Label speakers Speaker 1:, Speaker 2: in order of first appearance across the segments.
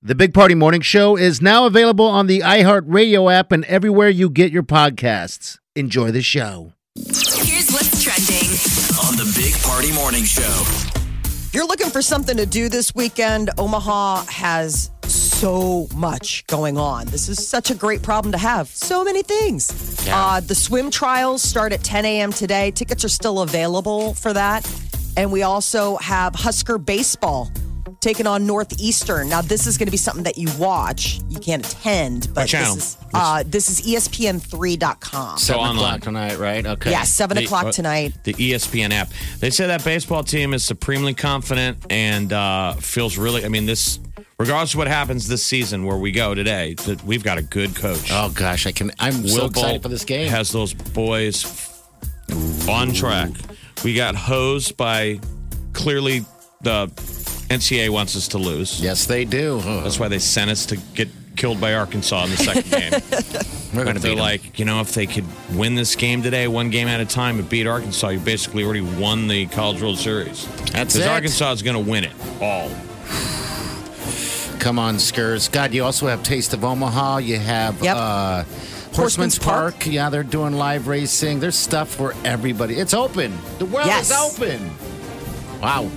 Speaker 1: The Big Party Morning Show is now available on the iHeartRadio app and everywhere you get your podcasts. Enjoy the show.
Speaker 2: Here's what's trending
Speaker 3: on the Big Party Morning Show.
Speaker 4: If you're looking for something to do this weekend, Omaha has so much going on. This is such a great problem to have. So many things. Uh, the swim trials start at 10 a.m. today. Tickets are still available for that. And we also have Husker baseball taking on Northeastern. Now, this is going to be something that you watch. You can't attend, but
Speaker 5: channel?
Speaker 4: this is, uh, this is ESPN3.com.
Speaker 5: So online.
Speaker 6: o'clock tonight, right? Okay.
Speaker 4: Yeah, seven
Speaker 5: The- uh,
Speaker 4: o'clock tonight.
Speaker 5: The E ESPN app. They say that baseball team is supremely confident and uh, feels really. I mean, this, regardless of what happens this season, where we go today, that we've got a good coach.
Speaker 6: Oh gosh, I can. I'm so excited for this game.
Speaker 5: Has those boys on track. We got hosed by clearly the NCAA wants us to lose.
Speaker 6: yes, they do.
Speaker 5: That's why they sent us to get killed by Arkansas in the second
Speaker 6: Oh,
Speaker 5: game.
Speaker 6: We're
Speaker 5: But
Speaker 6: going to
Speaker 5: they're
Speaker 6: be like.
Speaker 5: like, you know, if they could win this game today, one game at a time, and beat Arkansas, you basically already won the College World Series.
Speaker 6: That's
Speaker 5: Because
Speaker 6: it.
Speaker 5: Arkansas is going to win it all.
Speaker 6: Come on, Skurs. God, you also have Taste of Omaha. You have
Speaker 4: Yep.
Speaker 6: uh,
Speaker 4: Horseman's
Speaker 6: Horseman's
Speaker 4: Park.
Speaker 6: Park. Yeah, they're doing live racing. There's stuff for everybody. It's open. The world
Speaker 4: Yes.
Speaker 6: is open. Wow.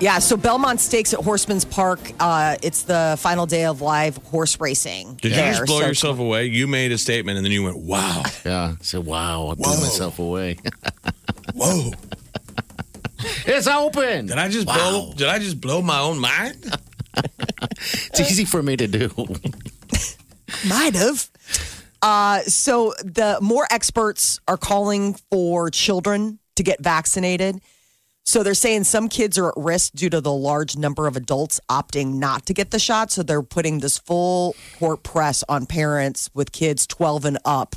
Speaker 4: Yeah, so Belmont Stakes at Horseman's Park. Uh, it's the final day of live horse racing.
Speaker 5: Did
Speaker 4: there.
Speaker 5: you just blow
Speaker 4: so-
Speaker 5: yourself away? You made a statement, and then you went, wow.
Speaker 6: Yeah. So wow, I blew
Speaker 3: Whoa.
Speaker 6: myself away.
Speaker 3: Whoa.
Speaker 6: it's open.
Speaker 5: Did I just blow? Did I just blow my own mind?
Speaker 6: It's easy for me to do.
Speaker 4: Might have. Uh, so the more experts are calling for children to get vaccinated. So they're saying some kids are at risk due to the large number of adults opting not to get the shot. So they're putting this full court press on parents with kids 12 and up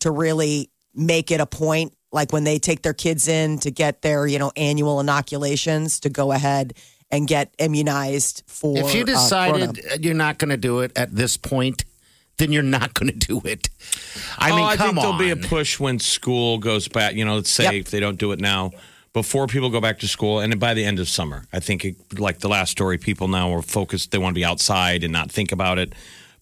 Speaker 4: to really make it a point. Like when they take their kids in to get their, you know, annual inoculations to go ahead and get immunized for.
Speaker 6: if you
Speaker 4: uh, corona.
Speaker 6: decided you're not going to do it at this point, then you're not going to do it. I mean,
Speaker 5: oh, I
Speaker 6: come
Speaker 5: think
Speaker 6: on.
Speaker 5: there'll be a push when school goes back. You know, let's say
Speaker 4: Yep.
Speaker 5: if they don't do it now, before people go back to school, and by the end of summer, I think it, like the last story, people now are focused. They want to be outside and not think about it.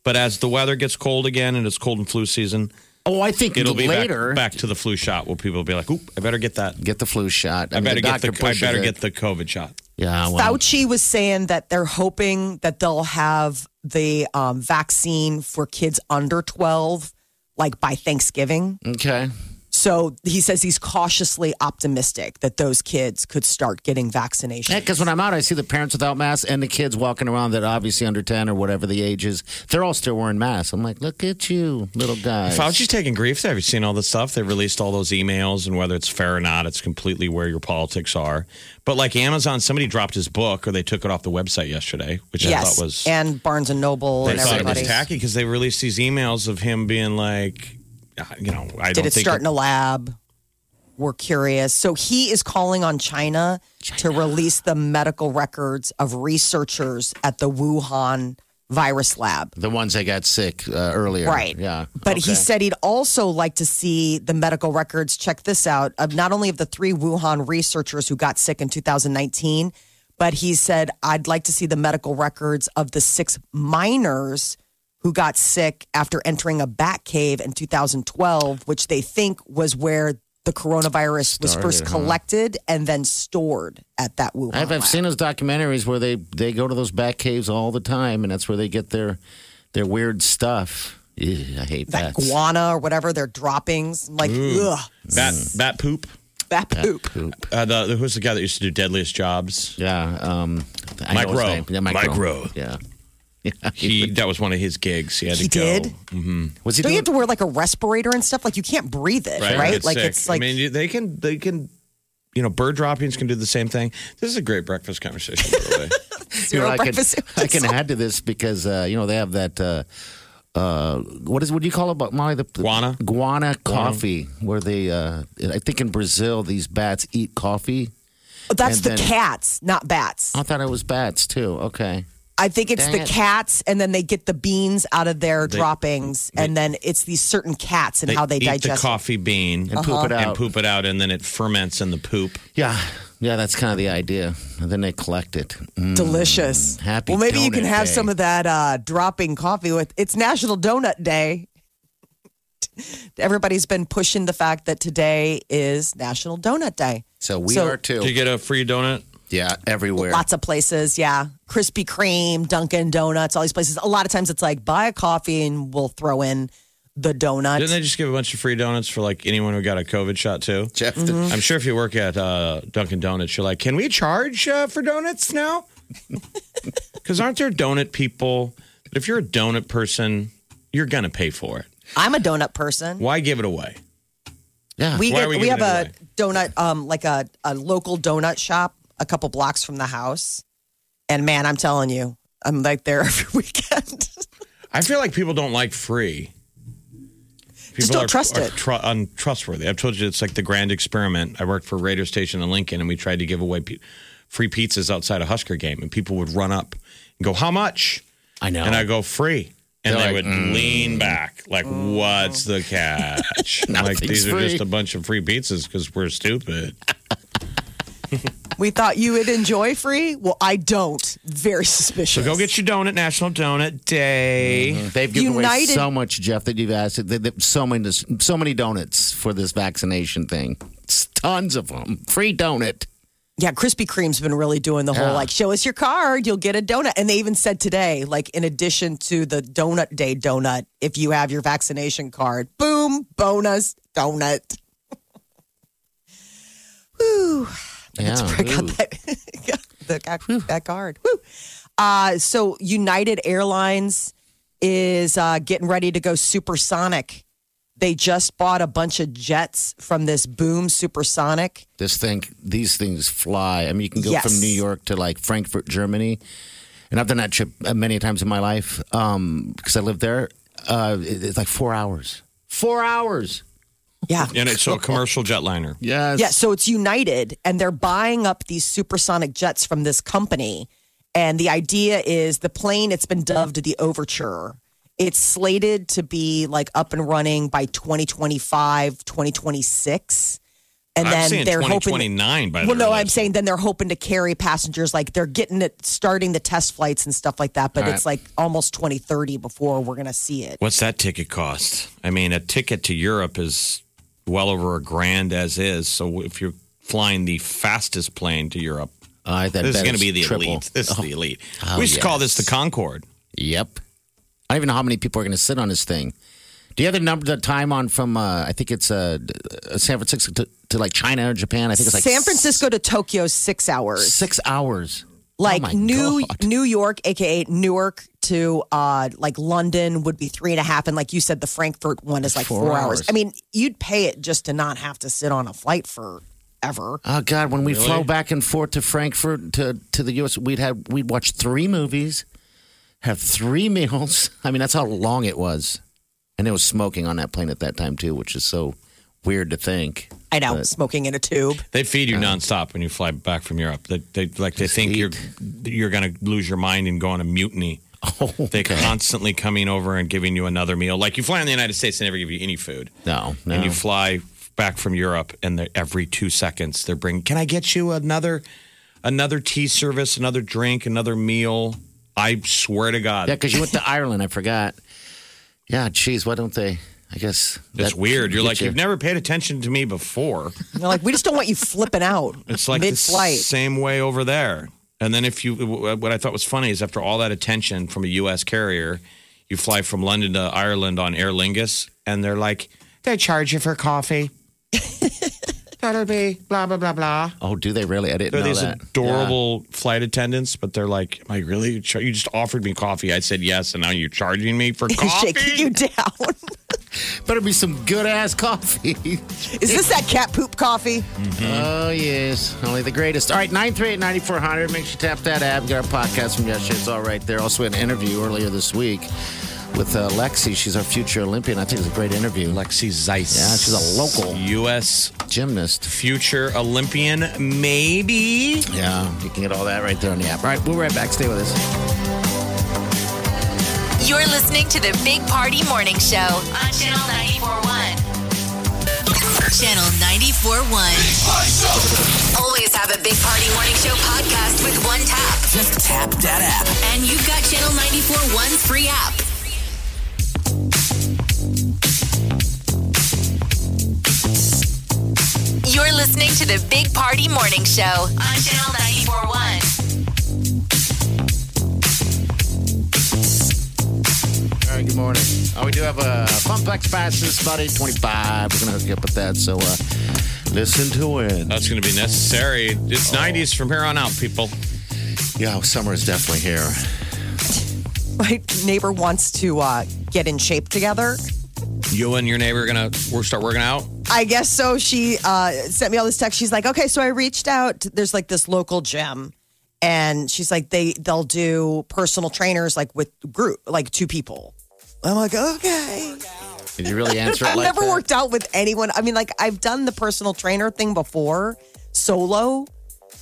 Speaker 5: But as the weather gets cold again, and it's cold and flu season,
Speaker 6: oh, I think
Speaker 5: it'll be back-
Speaker 6: later.
Speaker 5: back, to the flu shot where people will be like, "Oop, I better get that.
Speaker 6: Get the flu shot.
Speaker 5: I
Speaker 6: mean,
Speaker 5: better get
Speaker 6: doctor
Speaker 5: the. I
Speaker 6: pushes
Speaker 5: better
Speaker 6: it.
Speaker 5: get the COVID shot."
Speaker 6: Yeah, well,
Speaker 4: Fauci was saying that they're hoping that they'll have the um, vaccine for kids under 12 like by Thanksgiving.
Speaker 6: Okay.
Speaker 4: So he says he's cautiously optimistic that those kids could start getting vaccination.
Speaker 6: Because when I'm out, I see the parents without masks and the kids walking around that are obviously under 10 or whatever the age is. They're all still wearing masks. I'm like, look at you, little guy.
Speaker 5: Fauci's taking grief. Have you seen all this stuff? They released all those emails, and whether it's fair or not, it's completely where your politics are. But like Amazon, somebody dropped his book, or they took it off the website yesterday, which I
Speaker 4: yes.
Speaker 5: thought was
Speaker 4: and Barnes and Noble
Speaker 5: they
Speaker 4: and
Speaker 5: thought it
Speaker 4: everybody.
Speaker 5: was tacky because they released these emails of him being like, uh, you know, I
Speaker 4: Did
Speaker 5: don't
Speaker 4: it
Speaker 5: think
Speaker 4: start in a lab? We're curious. So he is calling on China, to release the medical records of researchers at the Wuhan virus lab.
Speaker 6: The ones that got sick uh, earlier.
Speaker 4: Right.
Speaker 6: Yeah.
Speaker 4: But he
Speaker 6: Okay.
Speaker 4: said he'd also like to see the medical records. Check this out of not only of the three Wuhan researchers who got sick in 2019, but he said, I'd like to see the medical records of the six miners who got sick after entering a bat cave in 2012, which they think was where the coronavirus was first collected and then stored at that Wuhan.
Speaker 6: I've,
Speaker 4: lab.
Speaker 6: I've seen those documentaries where they, they go to those back caves all the time, and that's where they get their their weird stuff. Ew, I hate
Speaker 4: that
Speaker 6: that.
Speaker 4: guana or whatever, their droppings. I'm like, ugh,
Speaker 5: bat
Speaker 4: Mm.
Speaker 5: bat poop.
Speaker 4: that poop.
Speaker 6: Poop.
Speaker 5: Uh, the, who's the guy that used to do Deadliest Jobs?
Speaker 6: Yeah. Um, I
Speaker 5: Mike
Speaker 6: know his
Speaker 5: Rowe.
Speaker 6: name. Yeah,
Speaker 5: Mike Rowe.
Speaker 6: Yeah.
Speaker 5: He that was one of his gigs. He had
Speaker 4: He
Speaker 5: to go.
Speaker 4: did?
Speaker 6: Was he
Speaker 4: Don't
Speaker 6: doing,
Speaker 4: you have to wear like a respirator and stuff? Like you can't breathe it, right?
Speaker 5: right? Get
Speaker 4: Like
Speaker 5: sick.
Speaker 4: it's like
Speaker 5: I mean, they can they can you know bird droppings can do the same thing. This is a great breakfast conversation. By the way,
Speaker 6: You know,
Speaker 4: zero
Speaker 6: I can,
Speaker 4: breakfast
Speaker 6: I
Speaker 4: sandwiches.
Speaker 6: can add to this because uh, you know they have that. Uh, uh, what is what do you call it, Bo- Molly? The
Speaker 5: Guana?
Speaker 6: guana coffee, where they, uh, I think in Brazil, these bats eat coffee.
Speaker 4: Oh, That's
Speaker 6: and
Speaker 4: the
Speaker 6: then-
Speaker 4: cats, not bats.
Speaker 6: I thought it was bats too. Okay,
Speaker 4: I think it's
Speaker 6: Dang
Speaker 4: the
Speaker 6: it.
Speaker 4: cats, and then they get the beans out of their droppings, and then it's these certain cats and how they
Speaker 5: eat
Speaker 4: digest.
Speaker 5: the
Speaker 4: it.
Speaker 5: coffee bean Uh-huh.
Speaker 6: and
Speaker 4: Uh-huh.
Speaker 6: poop it out.
Speaker 5: and poop it out, and then it ferments in the poop.
Speaker 6: Yeah, yeah, that's kind of the idea. And then they collect it. Mm.
Speaker 4: Delicious.
Speaker 6: Happy
Speaker 4: well, maybe you
Speaker 6: donut
Speaker 4: can have
Speaker 6: day.
Speaker 4: some of that uh, dropping coffee with. It's National Donut Day. Everybody's been pushing the fact that today is National Donut Day.
Speaker 6: So we
Speaker 4: So-
Speaker 6: are too.
Speaker 5: Do you get a free donut?
Speaker 6: yeah, everywhere.
Speaker 4: Lots of places, yeah. Krispy Kreme, Dunkin' Donuts, all these places. A lot of times it's like buy a coffee and we'll throw in the donut.
Speaker 5: Didn't they just give a bunch of free donuts for like anyone who got a COVID shot too?
Speaker 6: Jeff,
Speaker 4: Mm-hmm.
Speaker 5: I'm sure if you work at uh, Dunkin' Donuts, you're like, can we charge uh, for donuts now? Because aren't there donut people? But if you're a donut person, you're gonna pay for it.
Speaker 4: I'm a donut person.
Speaker 5: Why give it away?
Speaker 6: yeah,
Speaker 4: We
Speaker 5: Why
Speaker 4: get,
Speaker 5: are
Speaker 4: we,
Speaker 5: we
Speaker 4: have
Speaker 5: giving
Speaker 4: a donut, um, like a, a local donut shop a couple blocks from the house. And man, I'm telling you, I'm like there every weekend.
Speaker 5: I feel like people don't like free. People
Speaker 4: don't
Speaker 5: are,
Speaker 4: trust
Speaker 5: are
Speaker 4: it.
Speaker 5: tru- untrustworthy. I've told you it's like the grand experiment. I worked for Raider Station in Lincoln, and we tried to give away pe- free pizzas outside a Husker game, and people would run up and go, "How much?"
Speaker 6: I know.
Speaker 5: And I go, "Free." And
Speaker 6: They're
Speaker 5: they
Speaker 6: like, mm.
Speaker 5: would lean back, like, "What's the catch?" I'm
Speaker 6: Nothing's
Speaker 5: like these are just
Speaker 6: free.
Speaker 5: a bunch of free pizzas because we're stupid.
Speaker 4: we thought you would enjoy free. Well, I don't. Very
Speaker 5: So
Speaker 4: suspicious.
Speaker 5: go get your donut, National Donut Day.
Speaker 6: They've given away
Speaker 4: United-
Speaker 6: so much, Jeff, that you've asked. That, that- so many, so many donuts for this vaccination thing. It's tons of them. Free donut.
Speaker 4: Yeah, Krispy Kreme's been really doing the whole
Speaker 6: Yeah.
Speaker 4: like, show us your card, you'll get a donut. And they even said today, like, in addition to the donut day donut, if you have your vaccination card, boom, bonus donut. Woo. That's
Speaker 6: Yeah,
Speaker 4: where I got
Speaker 6: ooh.
Speaker 4: that, got the- got that card. Woo. Uh, so, United Airlines is uh, getting ready to go supersonic. They just bought a bunch of jets from this boom supersonic.
Speaker 6: This thing, these things fly. I mean, you can go
Speaker 4: Yes.
Speaker 6: from New York to like Frankfurt, Germany, and I've done that trip uh, many times in my life because I lived there. Uh, it- it's like four hours. Four hours.
Speaker 4: Yeah.
Speaker 5: And it's so a commercial jetliner.
Speaker 6: Yes.
Speaker 4: Yeah, so it's United, and they're buying up these supersonic jets from this company. And the idea is the plane, it's been dubbed the Overture. It's slated to be like up and running by 2025, 2026. And
Speaker 5: I'm
Speaker 4: then
Speaker 5: saying
Speaker 4: they're hoping.
Speaker 5: 2029 by the
Speaker 4: Well, no,
Speaker 5: way.
Speaker 4: I'm saying then they're hoping to carry passengers. Like they're getting it, starting the test flights and stuff like that. But
Speaker 6: All
Speaker 4: it's like almost 2030 before we're going to see it.
Speaker 5: What's that ticket cost? I mean, a ticket to Europe is well over a grand as is. So if you're flying the fastest plane to Europe,
Speaker 6: I- Uh, that
Speaker 5: this is
Speaker 6: bet
Speaker 5: going to
Speaker 6: it's
Speaker 5: be the
Speaker 6: triple.
Speaker 5: elite. This is the elite.
Speaker 6: Oh,
Speaker 5: we used to call this
Speaker 6: yes.
Speaker 5: the Concorde.
Speaker 6: Yep. I don't even know how many people are going to sit on this thing. Do you have the number, the time on from? Uh, I think it's uh, d- uh, San Francisco to, to like China or Japan. I think it's like
Speaker 4: San Francisco to Tokyo, is six hours.
Speaker 6: Six hours.
Speaker 4: like
Speaker 6: oh my
Speaker 4: New
Speaker 6: God.
Speaker 4: New York, aka Newark to uh like London would be three and a half, and like you said, the Frankfurt one is like four,
Speaker 6: Four
Speaker 4: hours.
Speaker 6: hours.
Speaker 4: I mean, you'd pay it just to not have to sit on a flight for ever.
Speaker 6: Oh God! When we flew back and forth to Frankfurt to to the U.S., we'd had we'd watch three movies, have three meals. I mean, that's how long it was, and it was smoking on that plane at that time too, which is so weird to think.
Speaker 4: I know, smoking in a tube.
Speaker 5: They feed
Speaker 6: Oh.
Speaker 5: you nonstop when you fly back from Europe. They, they like they think
Speaker 6: eat.
Speaker 5: you're you're going to lose your mind and go on a mutiny.
Speaker 6: Oh,
Speaker 5: They're constantly coming over and giving you another meal. Like you fly in the United States, they never give you any food.
Speaker 6: no, no.
Speaker 5: and you fly back from Europe, and they're- every two seconds they're bringing. Can I get you another, another tea service, another drink, another meal? I swear to God,
Speaker 6: Yeah, because you went to Ireland. I forgot. Yeah, geez, why don't they? I guess
Speaker 5: it's
Speaker 6: that
Speaker 5: weird. You're
Speaker 6: get
Speaker 5: like
Speaker 6: you.
Speaker 5: you've never paid attention to me before.
Speaker 4: And they're like, we just don't want you flipping out.
Speaker 5: It's like the
Speaker 4: mid-flight.
Speaker 5: same way over there. And then if you, what I thought was funny is after all that attention from a U.S. carrier, you fly from London to Ireland on Air Lingus, and they're like, they charge you for coffee. That'll be blah blah blah blah.
Speaker 6: Oh, do they really? I didn't
Speaker 5: They're
Speaker 6: know
Speaker 5: these
Speaker 6: that.
Speaker 5: adorable flight attendants, but they're like, "Am I really? Char- you just offered me coffee. I said yes, and now you're charging me for coffee."
Speaker 4: shaking you down.
Speaker 6: Better be some good ass coffee.
Speaker 4: Is this that cat poop coffee?
Speaker 5: Mm-hmm.
Speaker 6: Oh, yes. Only the greatest. All right, 938 9400. Make sure you tap that app. Get our podcast from yesterday. It's all right there. Also, an interview earlier this week with uh, Lexi. She's our future Olympian. I think it's a great interview. Like
Speaker 5: Lexi Zeiss.
Speaker 6: Yeah, she's a local.
Speaker 5: U.S.
Speaker 6: gymnast.
Speaker 5: future Olympian, maybe.
Speaker 6: Yeah, you can get all that right there on the app. All right, we'll be right back. Stay with us.
Speaker 2: You're listening to the Big Party Morning Show on Channel 941. Channel 941. Always have a Big Party Morning Show podcast with one tap.
Speaker 3: Just tap that app.
Speaker 2: And you've got Channel 941's free app. You're listening to the Big Party Morning Show on Channel 941.
Speaker 6: All right, good morning. Oh, we do have a Pumplex Passes, about 825. We're going to hook you up with that. So uh, listen to it.
Speaker 5: That's going to be necessary. It's
Speaker 6: Oh.
Speaker 5: 90s from here on out, people.
Speaker 6: Yeah, summer is definitely here.
Speaker 4: My neighbor wants to uh, get in shape together.
Speaker 5: You and your neighbor are going to work, start working out.
Speaker 4: I guess so. She uh, sent me all this text. She's like, okay, so I reached out. There's like this local gym, and she's like, they they'll do personal trainers like with group, like two people. I'm like, okay.
Speaker 6: Did you really answer it
Speaker 4: I've
Speaker 6: like
Speaker 4: never
Speaker 6: that?
Speaker 4: worked out with anyone. I mean, like I've done the personal trainer thing before, solo.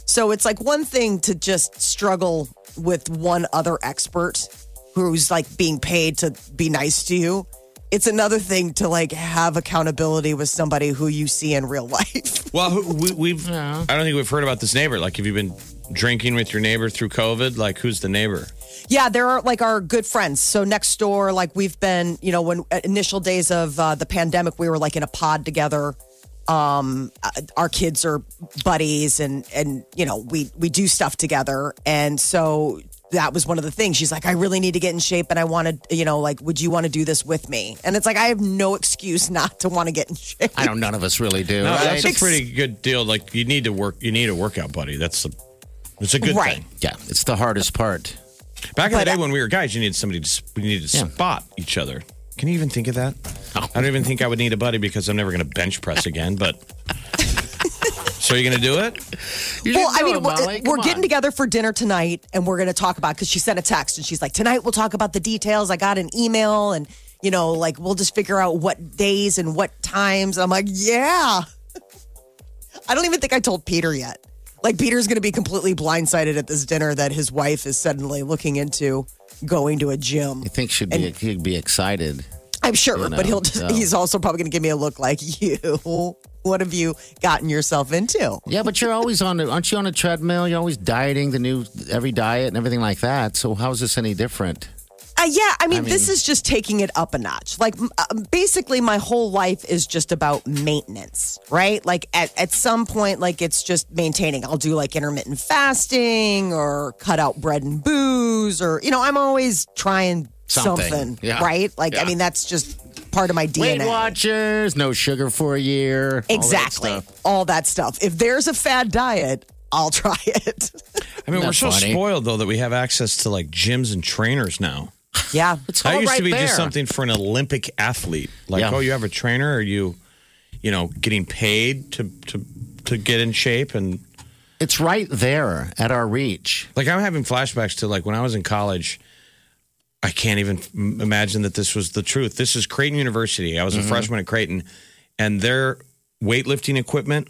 Speaker 4: So it's like one thing to just struggle with one other expert who's like being paid to be nice to you. It's another thing to like have accountability with somebody who you see in real life.
Speaker 5: Well, who- we, we've, I don't think we've heard about this neighbor. Like, have you been drinking with your neighbor through COVID? Like, who's the neighbor?
Speaker 4: yeah, there are like our good friends. So next door, like we've been, you know, when uh, initial days of uh, the pandemic, we were like in a pod together. um uh, our kids are buddies and and you know we we do stuff together and so that was one of the things she's like i really need to get in shape and i want to you know like would you want to do this with me and it's like i have no excuse not to want to get in shape
Speaker 6: I don't, none of us really do.
Speaker 5: No,
Speaker 6: right?
Speaker 5: that's a pretty good deal. Like, you need to work, you need a workout buddy. That's a, it's a good
Speaker 4: Right.
Speaker 5: thing.
Speaker 6: yeah, it's the hardest part.
Speaker 5: Back in the
Speaker 4: But
Speaker 5: day
Speaker 4: I-
Speaker 5: when we were guys, you needed somebody to s- we needed to
Speaker 6: Yeah.
Speaker 5: spot each other. Can you even think of that? I don't even think I would need a buddy because I'm never going to bench press again. But so you're going to do it?
Speaker 6: You
Speaker 4: well
Speaker 6: should
Speaker 4: i
Speaker 6: do
Speaker 4: mean
Speaker 6: it, Molly.
Speaker 4: we're, we're
Speaker 6: Come
Speaker 4: getting
Speaker 6: on.
Speaker 4: together for dinner tonight and we're going to talk about because she sent a text and she's like tonight we'll talk about the details i got an email and you know like we'll just figure out what days and what times i'm like yeah i don't even think i told peter yet like peter's going to be completely blindsided at this dinner that his wife is suddenly looking into going to a gym
Speaker 6: I think she'd be he'd be excited.
Speaker 4: i'm sure
Speaker 6: you know,
Speaker 4: but he'll just
Speaker 6: so.
Speaker 4: he's also probably going to give me a look like you what have you gotten yourself into
Speaker 6: Yeah, but you're always on. the- Aren't you on a treadmill? You're always dieting the new every diet and everything like that. So how is this any different?
Speaker 4: Uh, yeah, I mean, this is just taking it up a notch. Like, m- uh, basically, my whole life is just about maintenance, right? Like, at, at some point, like, it's just maintaining. I'll do like intermittent fasting or cut out bread and booze, or, you know, I'm always trying
Speaker 6: Something.
Speaker 4: something,
Speaker 6: Yeah.
Speaker 4: right? Like, I
Speaker 6: Yeah.
Speaker 4: mean, that's just part of my DNA.
Speaker 6: Weight Watchers, no sugar for a year. all that
Speaker 4: Exactly.
Speaker 6: stuff.
Speaker 4: All that stuff. If there's a fad diet, I'll try it.
Speaker 5: I mean, we're
Speaker 6: That's
Speaker 5: so
Speaker 6: funny.
Speaker 5: spoiled though that we have access to like gyms and trainers now.
Speaker 4: yeah.
Speaker 6: It's
Speaker 5: That
Speaker 6: all
Speaker 5: used
Speaker 6: right
Speaker 5: to be
Speaker 6: there.
Speaker 5: just something for an Olympic athlete. Like,
Speaker 6: Yeah.
Speaker 5: oh, you have a trainer? Are you, you know, getting paid to to to get in shape and
Speaker 6: It's right there at our reach.
Speaker 5: Like I'm having flashbacks to like when I was in college. I can't even m- imagine that this was the truth. This is Creighton University. I was a freshman at Creighton, and their weightlifting equipment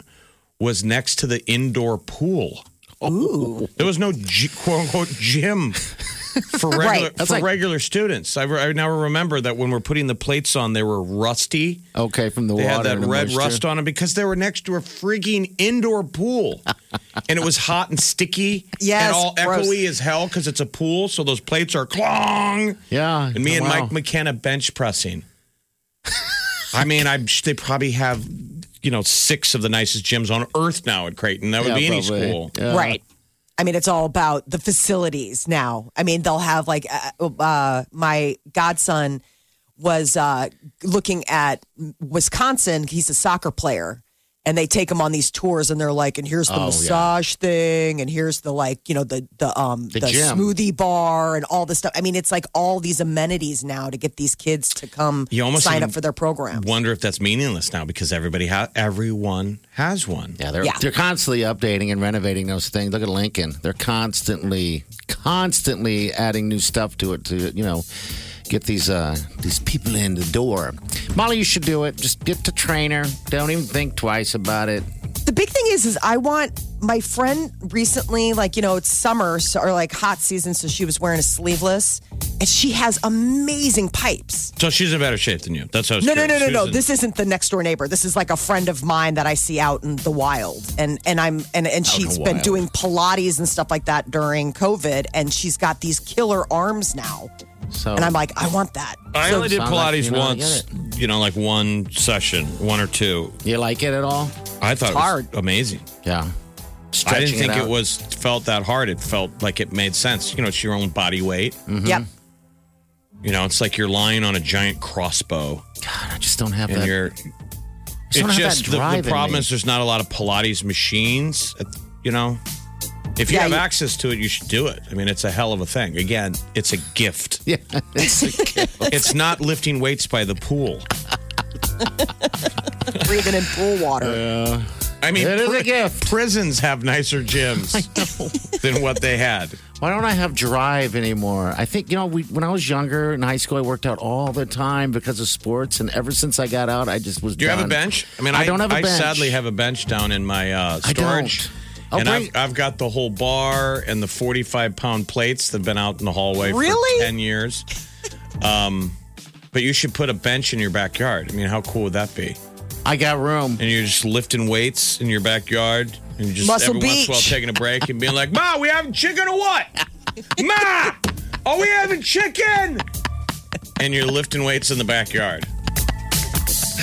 Speaker 5: was next to the indoor pool. There was no g- quote unquote gym for regular
Speaker 4: Right.
Speaker 5: for
Speaker 6: That's like-
Speaker 5: regular students. I, re- I now remember that when we're putting the plates on, they were rusty.
Speaker 6: Okay, from the
Speaker 5: They
Speaker 6: water.
Speaker 5: had that
Speaker 6: and the
Speaker 5: red
Speaker 6: moisture.
Speaker 5: rust on them because they were next to a frigging indoor pool, and it was hot and sticky.
Speaker 4: Yes,
Speaker 5: and all
Speaker 4: gross.
Speaker 5: echoey as hell because it's a pool, so those plates are clong.
Speaker 6: Yeah,
Speaker 5: and me and
Speaker 6: Oh, wow.
Speaker 5: Mike McKenna bench pressing. I mean, I'm sh- they probably have you know six of the nicest gyms on earth now at Creighton. That would
Speaker 6: Yeah,
Speaker 5: be any
Speaker 6: probably.
Speaker 5: school.
Speaker 6: Yeah.
Speaker 4: Right. I mean, it's all about the facilities now. I mean, they'll have like uh, uh, my godson was uh, looking at Wisconsin. He's a soccer player, and they take them on these tours and they're like and here's the
Speaker 6: Oh, yeah.
Speaker 4: massage thing and here's the like you know the the um the,
Speaker 6: gym.
Speaker 4: smoothie bar and all this stuff i mean it's like all these amenities now to get these kids to come
Speaker 5: You almost
Speaker 4: sign
Speaker 5: even
Speaker 4: up for their program
Speaker 5: Wonder if that's meaningless now because everybody ha- everyone has one.
Speaker 6: Yeah, they're
Speaker 4: Yeah.
Speaker 6: they're constantly updating and renovating those things. Look at Lincoln; they're constantly, constantly adding new stuff to it to you know get these uh, these people in the door. Molly, you should do it. Just get the trainer. Don't even think twice about it.
Speaker 4: the big thing is is i want my friend recently like you know it's summer so, or like hot season so she was wearing a sleeveless and she has amazing pipes
Speaker 5: So she's in better shape than you. That's how.
Speaker 4: no no no no no this isn't the next door neighbor this is like a friend of mine that i see out in the wild and and i'm and and she's been doing pilates and stuff like that during covid and she's got these killer arms now
Speaker 6: So
Speaker 4: and i'm like i want that
Speaker 5: I only did
Speaker 6: Sound like
Speaker 5: Pilates
Speaker 6: you know how to
Speaker 5: once, you know, like one session, one or two.
Speaker 6: you like it at all?
Speaker 5: I thought it was
Speaker 4: hard.
Speaker 5: amazing.
Speaker 6: Yeah.
Speaker 5: I didn't
Speaker 6: Stretching
Speaker 5: think it,
Speaker 6: out.
Speaker 5: was felt that hard. It felt like it made sense. You know, it's your own body weight.
Speaker 4: yep
Speaker 5: You know, it's like you're lying on a giant crossbow,
Speaker 6: God, I just don't have
Speaker 5: and
Speaker 6: that.
Speaker 5: you're.
Speaker 6: just don't have
Speaker 5: it's
Speaker 6: that
Speaker 5: just the,
Speaker 6: drive
Speaker 5: the
Speaker 6: in
Speaker 5: problem
Speaker 6: me.
Speaker 5: is there's not a lot of Pilates machines. at- You know, if you
Speaker 4: Yeah,
Speaker 5: have
Speaker 4: you-
Speaker 5: access to it, you should do it. I mean, it's a hell of a thing. Again, it's a gift.
Speaker 6: yeah.
Speaker 5: it's not lifting weights by the pool.
Speaker 4: breathing in pool water
Speaker 5: I mean,
Speaker 6: It is a
Speaker 5: pri-
Speaker 6: gift.
Speaker 5: prisons have nicer gyms than what they had.
Speaker 6: Why don't I have drive anymore? I think you know we, when I was younger in high school, I worked out all the time because of sports, and ever since I got out, I just was.
Speaker 5: Do you have a
Speaker 6: done.
Speaker 5: bench? I mean,
Speaker 6: I
Speaker 5: I,
Speaker 6: don't have a
Speaker 5: I
Speaker 6: bench.
Speaker 5: sadly have a bench down in my uh,
Speaker 6: I don't.
Speaker 5: storage.
Speaker 6: I'll
Speaker 5: and
Speaker 6: bring-
Speaker 5: I've, I've got the whole bar and the 45 pound plates that have been out in the hallway
Speaker 4: Really?
Speaker 5: for 10 years. Um, but you should put a bench in your backyard. I mean, how cool would that be?
Speaker 6: I got room.
Speaker 5: And you're just lifting weights in your backyard and you're just
Speaker 4: Muscle
Speaker 5: every once in a while
Speaker 4: Beach.
Speaker 5: taking a break and being like, Ma, we having chicken or what? Ma, are we having chicken? And you're lifting weights in the backyard.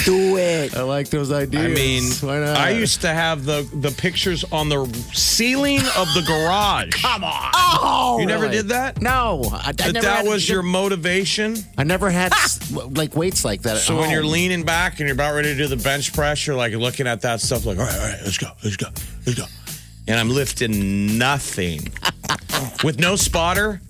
Speaker 4: do it
Speaker 6: I like those ideas.
Speaker 5: I mean,
Speaker 6: Why not?
Speaker 5: I used to have the the pictures on the ceiling of the garage. Come on,
Speaker 6: Oh,
Speaker 5: you never did that.
Speaker 6: No, I, I
Speaker 5: But
Speaker 6: never
Speaker 5: that
Speaker 6: had-
Speaker 5: was your motivation.
Speaker 6: I never had s- like weights like that. At
Speaker 5: So when you're
Speaker 6: home.
Speaker 5: leaning back and you're about ready to do the bench press, you're like looking at that stuff, like, all right, all right, let's go, let's go, let's go. And I'm lifting nothing with no spotter.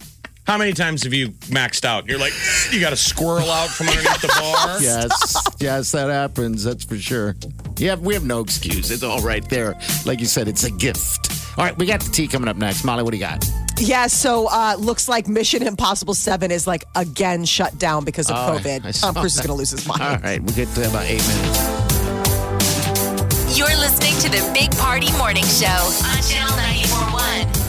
Speaker 5: How many times have you maxed out? You're like, you got to squirrel out from underneath the bar.
Speaker 6: yes, yes, that happens. That's for sure. Yeah, we have no excuse. It's all right there. Like you said, it's a gift. All right, we got the tea coming up next. Molly, what do you got?
Speaker 4: Yeah, so uh, looks like Mission Impossible 7 is like again shut down because of
Speaker 6: Oh, I-
Speaker 4: COVID.
Speaker 6: I saw
Speaker 4: Tom Cruise is
Speaker 6: that.
Speaker 4: going to lose his mind.
Speaker 6: All right, we'll get to about eight minutes.
Speaker 2: You're listening to the Big Party Morning Show on Channel 941.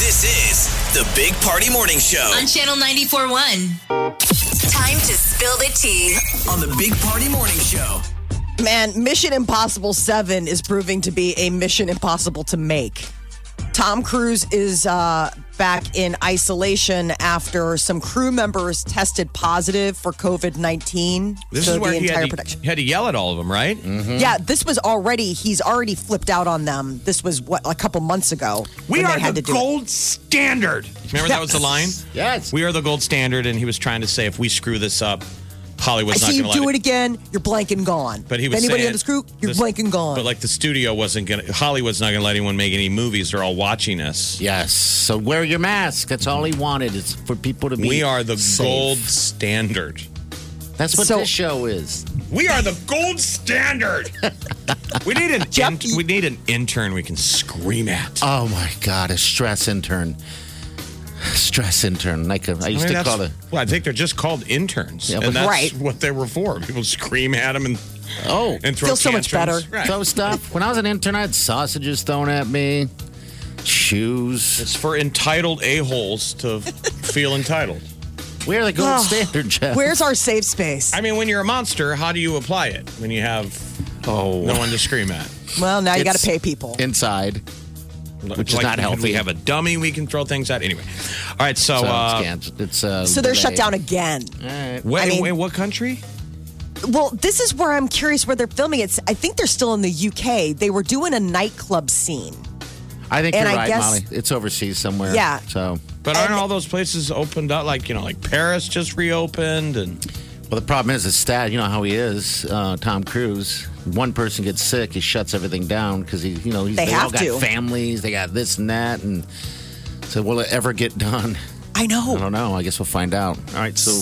Speaker 3: This is the Big Party Morning Show
Speaker 2: On Channel 941. Time to spill the tea.
Speaker 3: on the Big Party Morning Show.
Speaker 4: Man, Mission Impossible 7 is proving to be a mission impossible to make. Tom Cruise is uh, back in isolation after some crew members tested positive for COVID 19.
Speaker 5: This
Speaker 4: so
Speaker 5: is where
Speaker 4: the
Speaker 5: he
Speaker 4: entire
Speaker 5: had to,
Speaker 4: production. Mm.
Speaker 5: had to yell at all of them, right?
Speaker 6: Mm-hmm.
Speaker 4: Yeah, this was already, he's already flipped out on them. This was what, a couple months ago. when they had to do it.
Speaker 5: standard. Remember that was the line?
Speaker 6: Yes.
Speaker 5: We are the gold standard, and he was trying to say if we screw this up, Hollywood's
Speaker 4: I
Speaker 5: not
Speaker 4: see
Speaker 5: going
Speaker 4: you
Speaker 5: to
Speaker 4: do
Speaker 5: let
Speaker 4: it again. You're blank and gone.
Speaker 5: But he was
Speaker 4: anybody
Speaker 5: saying
Speaker 4: on this crew, you're
Speaker 5: this-
Speaker 4: blank and gone.
Speaker 5: But like the studio wasn't going to, Hollywood's not going to let anyone make any movies. They're all watching us.
Speaker 6: Yes. So wear your mask. That's all he wanted. Is for people to be.
Speaker 5: We are the
Speaker 6: safe.
Speaker 5: gold standard.
Speaker 6: That's what
Speaker 4: So-
Speaker 6: this show is.
Speaker 5: We are the gold standard. we need an
Speaker 4: Jeff,
Speaker 5: in- we need an intern we can scream at.
Speaker 6: Oh my God, a stress intern. Stress intern. Like a, I
Speaker 5: I
Speaker 6: used
Speaker 5: mean,
Speaker 6: to
Speaker 5: that's-
Speaker 6: call it.
Speaker 5: well, I think they're just called interns,
Speaker 6: Yeah, but-
Speaker 5: and that's
Speaker 4: Right.
Speaker 5: what they were for. People scream at them and
Speaker 6: Oh,
Speaker 5: and throw
Speaker 4: Feels so much
Speaker 5: tantrums.
Speaker 4: better.
Speaker 5: Right.
Speaker 6: throw stuff. When I was an intern, I had sausages thrown at me, shoes.
Speaker 5: It's for entitled a-holes to feel entitled.
Speaker 6: We're the gold
Speaker 4: Ugh.
Speaker 6: standard, Jeff.
Speaker 4: Where's our safe space?
Speaker 5: I mean, when you're a monster, how do you apply it when you have
Speaker 6: oh,
Speaker 5: no one to scream at?
Speaker 4: well, now you got
Speaker 6: It's-
Speaker 4: to pay people.
Speaker 6: inside? Which is not
Speaker 5: can
Speaker 6: healthy.
Speaker 5: We have a dummy we can throw things at. Anyway. All right, so,
Speaker 6: So
Speaker 5: uh,
Speaker 6: it's, canceled. it's uh,
Speaker 4: so they're shut
Speaker 6: delayed.
Speaker 4: down again.
Speaker 5: wait,
Speaker 4: I mean-
Speaker 5: wait, what country?
Speaker 4: Well, this is where I'm curious where they're filming. It's I think they're still in the UK. They were doing a nightclub scene.
Speaker 6: I think
Speaker 4: And
Speaker 6: you're
Speaker 4: I
Speaker 6: right,
Speaker 4: guess-
Speaker 6: Molly. It's overseas somewhere.
Speaker 4: Yeah.
Speaker 6: So
Speaker 5: But aren't all those places opened up? Like, you know, like Paris just reopened and
Speaker 6: Well, the problem is the stat. You know how he is, uh, Tom Cruise. One person gets sick, he shuts everything down because he, you know, he's,
Speaker 4: They
Speaker 6: all
Speaker 4: have
Speaker 6: got
Speaker 4: to.
Speaker 6: families, they got this and that, and so will it ever get done?
Speaker 4: I know.
Speaker 6: I don't know. I guess we'll find out. All right, so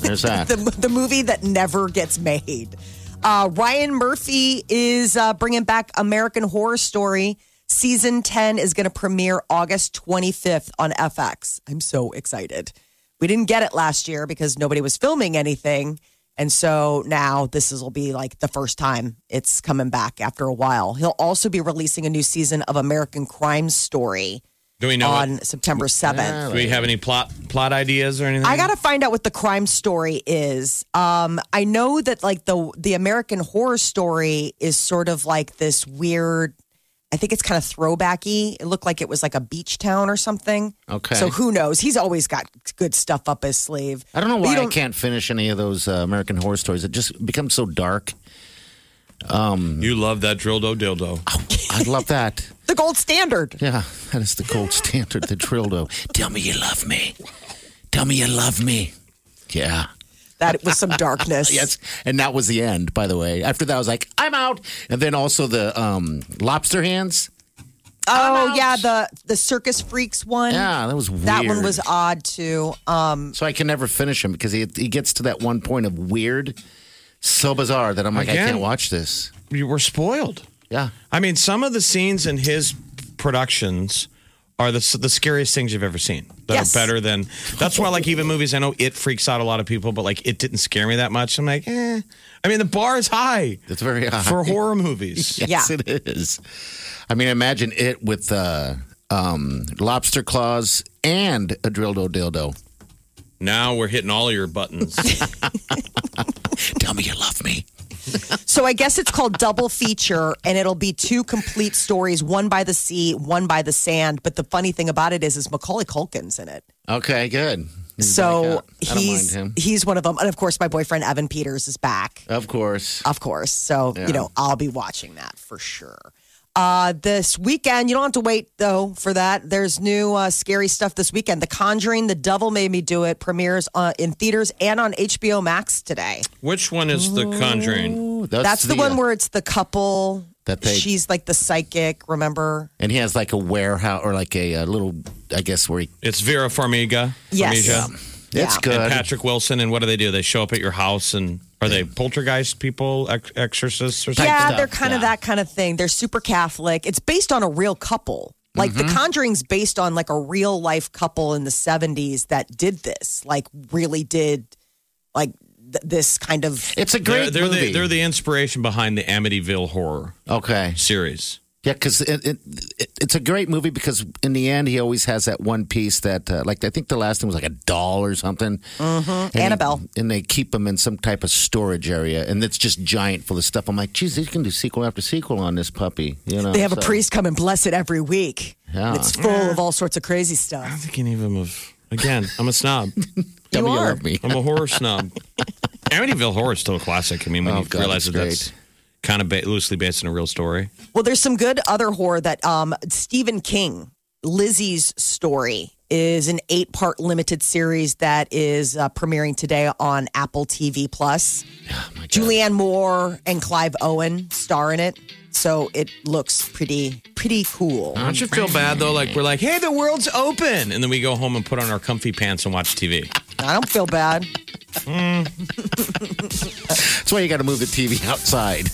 Speaker 6: there's that.
Speaker 4: the, the movie that never gets made. Uh, Ryan Murphy is uh, bringing back American Horror Story. Season 10 is going to premiere August 25th on FX. I'm so excited. We didn't get it last year because nobody was filming anything. And so now this is, will be like the first time it's coming back after a while. He'll also be releasing a new season of American Crime Story
Speaker 5: Do we know?
Speaker 4: on
Speaker 5: it?
Speaker 4: September 7th.
Speaker 5: Do we have any plot plot ideas or anything?
Speaker 4: I gotta find out what the crime story is. Um, I know that like the the American Horror Story is sort of like this weird. I think it's kind of throwbacky. It looked like it was like a beach town or something.
Speaker 6: Okay.
Speaker 4: So who knows? He's always got good stuff up his sleeve.
Speaker 6: I don't know
Speaker 4: But
Speaker 6: why
Speaker 4: you
Speaker 6: I can't finish any of those uh, American horror stories. It just becomes so dark.
Speaker 5: You love that dildo dildo.
Speaker 6: I love that.
Speaker 4: The gold standard.
Speaker 6: Yeah, that is the gold standard, the Trildo. Tell me you love me. Tell me you love me. Yeah.
Speaker 4: That was some darkness.
Speaker 6: Yes. And that was the end, by the way. After that, I was like, I'm out. And then also the um, lobster hands.
Speaker 4: Oh yeah, the the circus freaks one.
Speaker 6: Yeah, that was weird.
Speaker 4: That one was odd too. Um,
Speaker 6: So I can never finish him because he, he gets to that one point of weird, so bizarre that I'm like, I
Speaker 5: Again?
Speaker 6: can't watch this.
Speaker 5: You were spoiled.
Speaker 6: Yeah.
Speaker 5: I mean, some of the scenes in his productions are the the scariest things you've ever seen. That
Speaker 4: Yes.
Speaker 5: are better than. That's why, like, even movies. I know it freaks out a lot of people, but like, it didn't scare me that much. I'm like, eh. I mean, the bar is high
Speaker 6: It's very odd.
Speaker 5: for horror movies.
Speaker 6: Yes, it is. I mean, imagine it with uh, um, lobster claws and a dildo dildo.
Speaker 5: Now we're hitting all your buttons.
Speaker 6: Tell me you love me.
Speaker 4: So I guess it's called double feature, and it'll be two complete stories: one by the sea, one by the sand. But the funny thing about it is, is Macaulay Culkin's in it,
Speaker 6: Okay, good. He's
Speaker 4: so
Speaker 6: back out. I
Speaker 4: he's
Speaker 6: don't mind him.
Speaker 4: he's one of them. And of course, my boyfriend Evan Peters is back,
Speaker 6: Of course.
Speaker 4: of course. So you
Speaker 6: Yeah.
Speaker 4: know, I'll be watching that for sure. Uh, this weekend, you don't have to wait though for that. There's new uh, scary stuff this weekend. The Conjuring: The Devil Made Me Do It premieres uh, in theaters and on HBO Max today.
Speaker 5: Which one is the Conjuring?
Speaker 6: Ooh,
Speaker 4: Oh, That's the,
Speaker 6: uh,
Speaker 4: one where it's the couple
Speaker 6: That they-
Speaker 4: she's like the psychic. Remember?
Speaker 6: and he has like a warehouse or like a, uh little, I guess where he.
Speaker 5: It's Vera Farmiga.
Speaker 4: Yes.
Speaker 5: Farmiga.
Speaker 6: It's
Speaker 4: Yeah.
Speaker 6: good.
Speaker 5: And Patrick Wilson, and what do they do? They show up at your house, and are they poltergeist people, ex- exorcists, or something?
Speaker 4: yeah,
Speaker 6: stuff,
Speaker 4: they're kind of
Speaker 6: yeah.
Speaker 4: that kind of thing. They're super Catholic. It's based on a real couple. Like The
Speaker 6: Mm-hmm.
Speaker 4: Conjuring's based on like a real life couple in the 70s that did this. Like really did like th- this kind of
Speaker 6: It's a
Speaker 5: They're,
Speaker 6: great
Speaker 5: they're
Speaker 6: movie.
Speaker 5: the, they're the inspiration behind the Amityville horror
Speaker 6: okay.
Speaker 5: series.
Speaker 6: Yeah, because it, it, it, it's a great movie because in the end he always has that one piece that uh, like I think the last one was like a doll or something. Mm-hmm. And
Speaker 4: Annabelle.
Speaker 6: he- and they keep them in some type of storage area, and it's just giant full of stuff. I'm like, geez, they can do sequel after sequel on this puppy. You know,
Speaker 4: they have a
Speaker 6: so-
Speaker 4: priest come and bless it every week.
Speaker 6: Yeah.
Speaker 4: It's full of all sorts of crazy stuff.
Speaker 5: Thinking even of again, I'm a snob.
Speaker 6: Tell me you
Speaker 4: You are.
Speaker 6: love me.
Speaker 5: I'm a horror snob. Amityville horror is still a classic. I mean, when
Speaker 6: Oh,
Speaker 5: you
Speaker 6: God,
Speaker 5: realize that
Speaker 6: it's
Speaker 5: that's kind of ba- loosely based on a real story.
Speaker 4: Well, there's some good other horror that um, Stephen King, Lizzie's Story, is an eight part limited series that is uh, premiering today on Apple TV Plus.
Speaker 5: Oh,
Speaker 4: Julianne Moore and Clive Owen star in it, so it looks pretty pretty cool.
Speaker 5: Don't you feel bad though? Like we're like, hey, the world's open, and then we go home and put on our comfy pants and watch TV.
Speaker 4: I don't feel bad.
Speaker 6: That's why you got to move the TV outside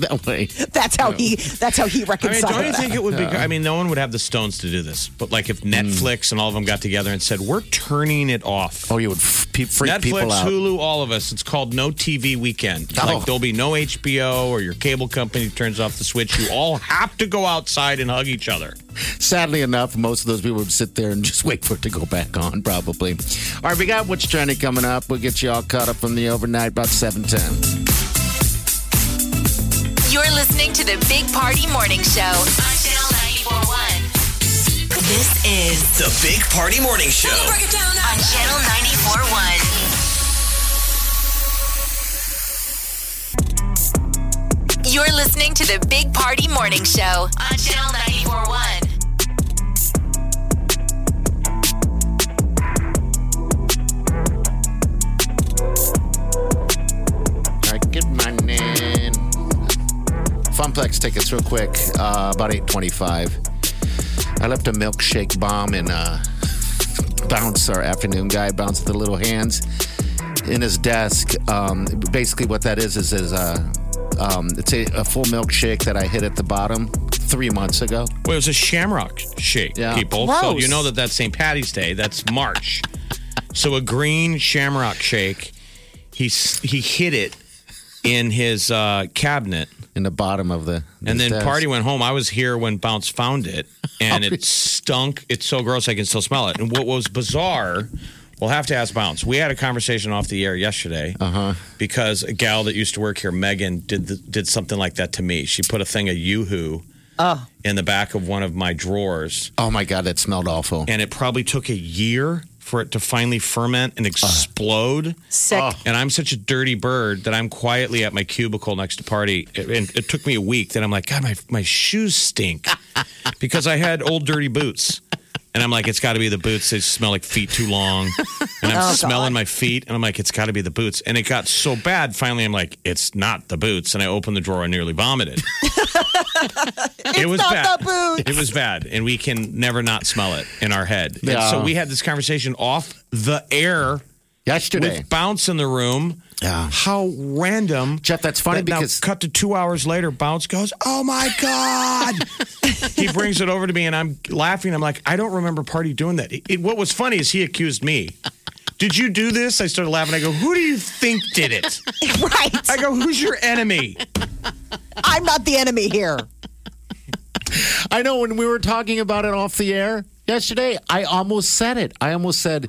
Speaker 6: that way.
Speaker 4: That's how he. That's how he
Speaker 5: I mean,
Speaker 4: reconciles.
Speaker 5: don't you
Speaker 4: that.
Speaker 5: think it would be? I mean, no one would have the stones to do this. But like, if Netflix and all of them got together and said, "We're turning it off,"
Speaker 6: Oh, you would f- pe- freak
Speaker 5: Netflix,
Speaker 6: people out.
Speaker 5: Hulu, all of us. It's called No TV Weekend.
Speaker 6: Oh.
Speaker 5: Like there'll be no HBO or your cable company turns off the switch. You all have to go outside and hug each other.
Speaker 6: Sadly enough, most of those people would sit there and just wait for it to go back on, probably. All right, we got what's trending coming up. We'll get you all caught up from the overnight about seven ten.
Speaker 2: You're listening to the Big Party Morning Show on Channel 941. This is
Speaker 3: The Big Party Morning Show.
Speaker 2: on Channel 941. You're listening to the Big Party Morning Show on Channel 941.
Speaker 6: Complex tickets real quick. Uh, about eight twenty-five. I left a milkshake bomb and uh, bounce our afternoon guy bounce the little hands in his desk. Um, basically, what that is is is uh, um, it's a, a full milkshake that I hit at the bottom three months ago.
Speaker 5: Well, it was a shamrock shake,
Speaker 6: Yeah.
Speaker 5: people. So
Speaker 4: Gross.
Speaker 5: you know that that's St. Patty's Day. That's March. so a green shamrock shake. He s- he hid it in his uh, cabinet,
Speaker 6: in the bottom of the.
Speaker 5: and
Speaker 6: this
Speaker 5: then
Speaker 6: desk.
Speaker 5: party went home. I was here when Bounce found it, and it stunk. It's so gross I can still smell it. And what was bizarre. We'll have to ask Bounce. We had a conversation off the air yesterday because a gal that used to work here, Megan, did the, did something like that to me. She put a thing of YooHoo in the back of one of my drawers,
Speaker 6: Oh my god, that smelled awful.
Speaker 5: and it probably took a year for it to finally ferment and explode.
Speaker 4: Sick.
Speaker 5: And I'm such a dirty bird that I'm quietly at my cubicle next to party. It, and it took me a week. Then I'm like, God, my, my shoes stink because I had old dirty boots. And I'm like, it's got to be the boots. They smell like feet too long. And
Speaker 4: Oh,
Speaker 5: I'm smelling my feet. And I'm like, it's got to be the boots. And it got so bad. Finally, I'm like, it's not the boots. And I opened the drawer and nearly vomited. it was
Speaker 4: not
Speaker 5: bad.
Speaker 4: the boots.
Speaker 5: It was bad. And we can never not smell it in our head. And
Speaker 6: Yeah.
Speaker 5: so we had this conversation off the air
Speaker 6: Yesterday,
Speaker 5: with Bounce in the room.
Speaker 6: Yeah.
Speaker 5: How random.
Speaker 6: Jeff, that's funny
Speaker 5: That- now,
Speaker 6: because-
Speaker 5: cut to two hours later, Bounce goes, Oh my God. he brings it over to me and I'm laughing. I'm like, I don't remember Party doing that. It- what was funny is he accused me. Did you do this? I started laughing. I go, Who do you think did it?
Speaker 4: right.
Speaker 5: I go, Who's your enemy?
Speaker 4: I'm not the enemy here.
Speaker 6: I know when we were talking about it off the air yesterday, I almost said it. I almost said,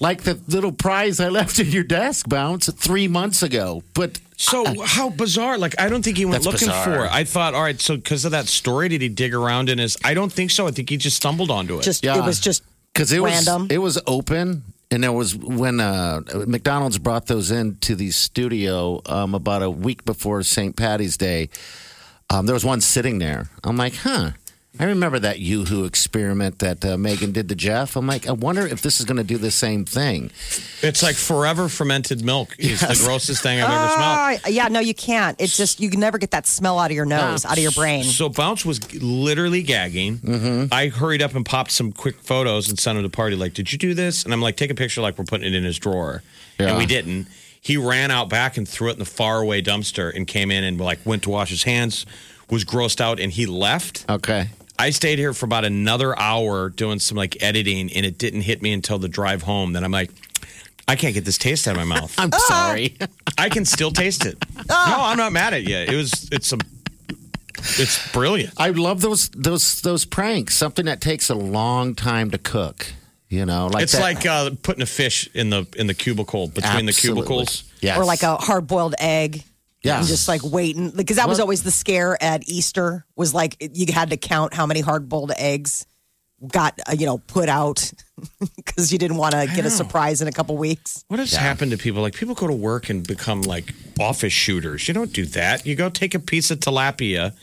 Speaker 6: like the little prize I left in your desk bounce three months ago. But
Speaker 5: So how bizarre! Like I don't think he went
Speaker 6: Uh, That's
Speaker 5: looking for.
Speaker 6: bizarre.
Speaker 5: It. I thought, all right, so because of that story, did he dig around in his? I don't think so. I think he just stumbled onto it.
Speaker 4: Just
Speaker 6: Yeah.
Speaker 4: it was just
Speaker 6: because it
Speaker 4: Random.
Speaker 6: was it was open, and there was when uh, McDonald's brought those into the studio um, about a week before St. Patty's Day. Um, there was one sitting there. I'm like, huh. I remember that YooHoo experiment that uh, Megan did to Jeff. I'm like, I wonder if this is going to do the same thing.
Speaker 5: It's like forever fermented milk. It's the grossest thing I've ever smelled.
Speaker 4: Ah, yeah, no, you can't. It's just you can never get that smell out of your nose, out of your brain.
Speaker 5: So Bounce was literally gagging.
Speaker 6: Mm-hmm.
Speaker 5: I hurried up and popped some quick photos and sent him to party. Like, did you do this? And I'm like, take a picture. Like we're putting it in his drawer, and
Speaker 6: Yeah.
Speaker 5: we didn't. He ran out back and threw it in the faraway dumpster and came in and like went to wash his hands, was grossed out, and he left.
Speaker 6: Okay.
Speaker 5: I stayed here for about another hour doing some like editing, and it didn't hit me until the drive home. Then I'm like, I can't get this taste out of my mouth.
Speaker 6: I'm
Speaker 4: Ah!
Speaker 6: sorry.
Speaker 5: I can still taste it. No, I'm not mad at you. It was, it's a, it's brilliant.
Speaker 6: I love those those those pranks. Something that takes a long time to cook. You know, like
Speaker 5: It's
Speaker 6: that-
Speaker 5: like uh, putting a fish in the in the cubicle between the
Speaker 6: Absolutely.
Speaker 5: cubicles.
Speaker 6: Yes.
Speaker 4: Or like a hard boiled egg.
Speaker 6: Yeah.
Speaker 4: And just like waiting because that was always the scare at Easter was like you had to count how many hard boiled eggs got uh, you know put out because you didn't want to get a surprise in a couple weeks.
Speaker 5: What has happened to people? Like people go to work and become like office shooters. You don't do that. You go take a piece of tilapia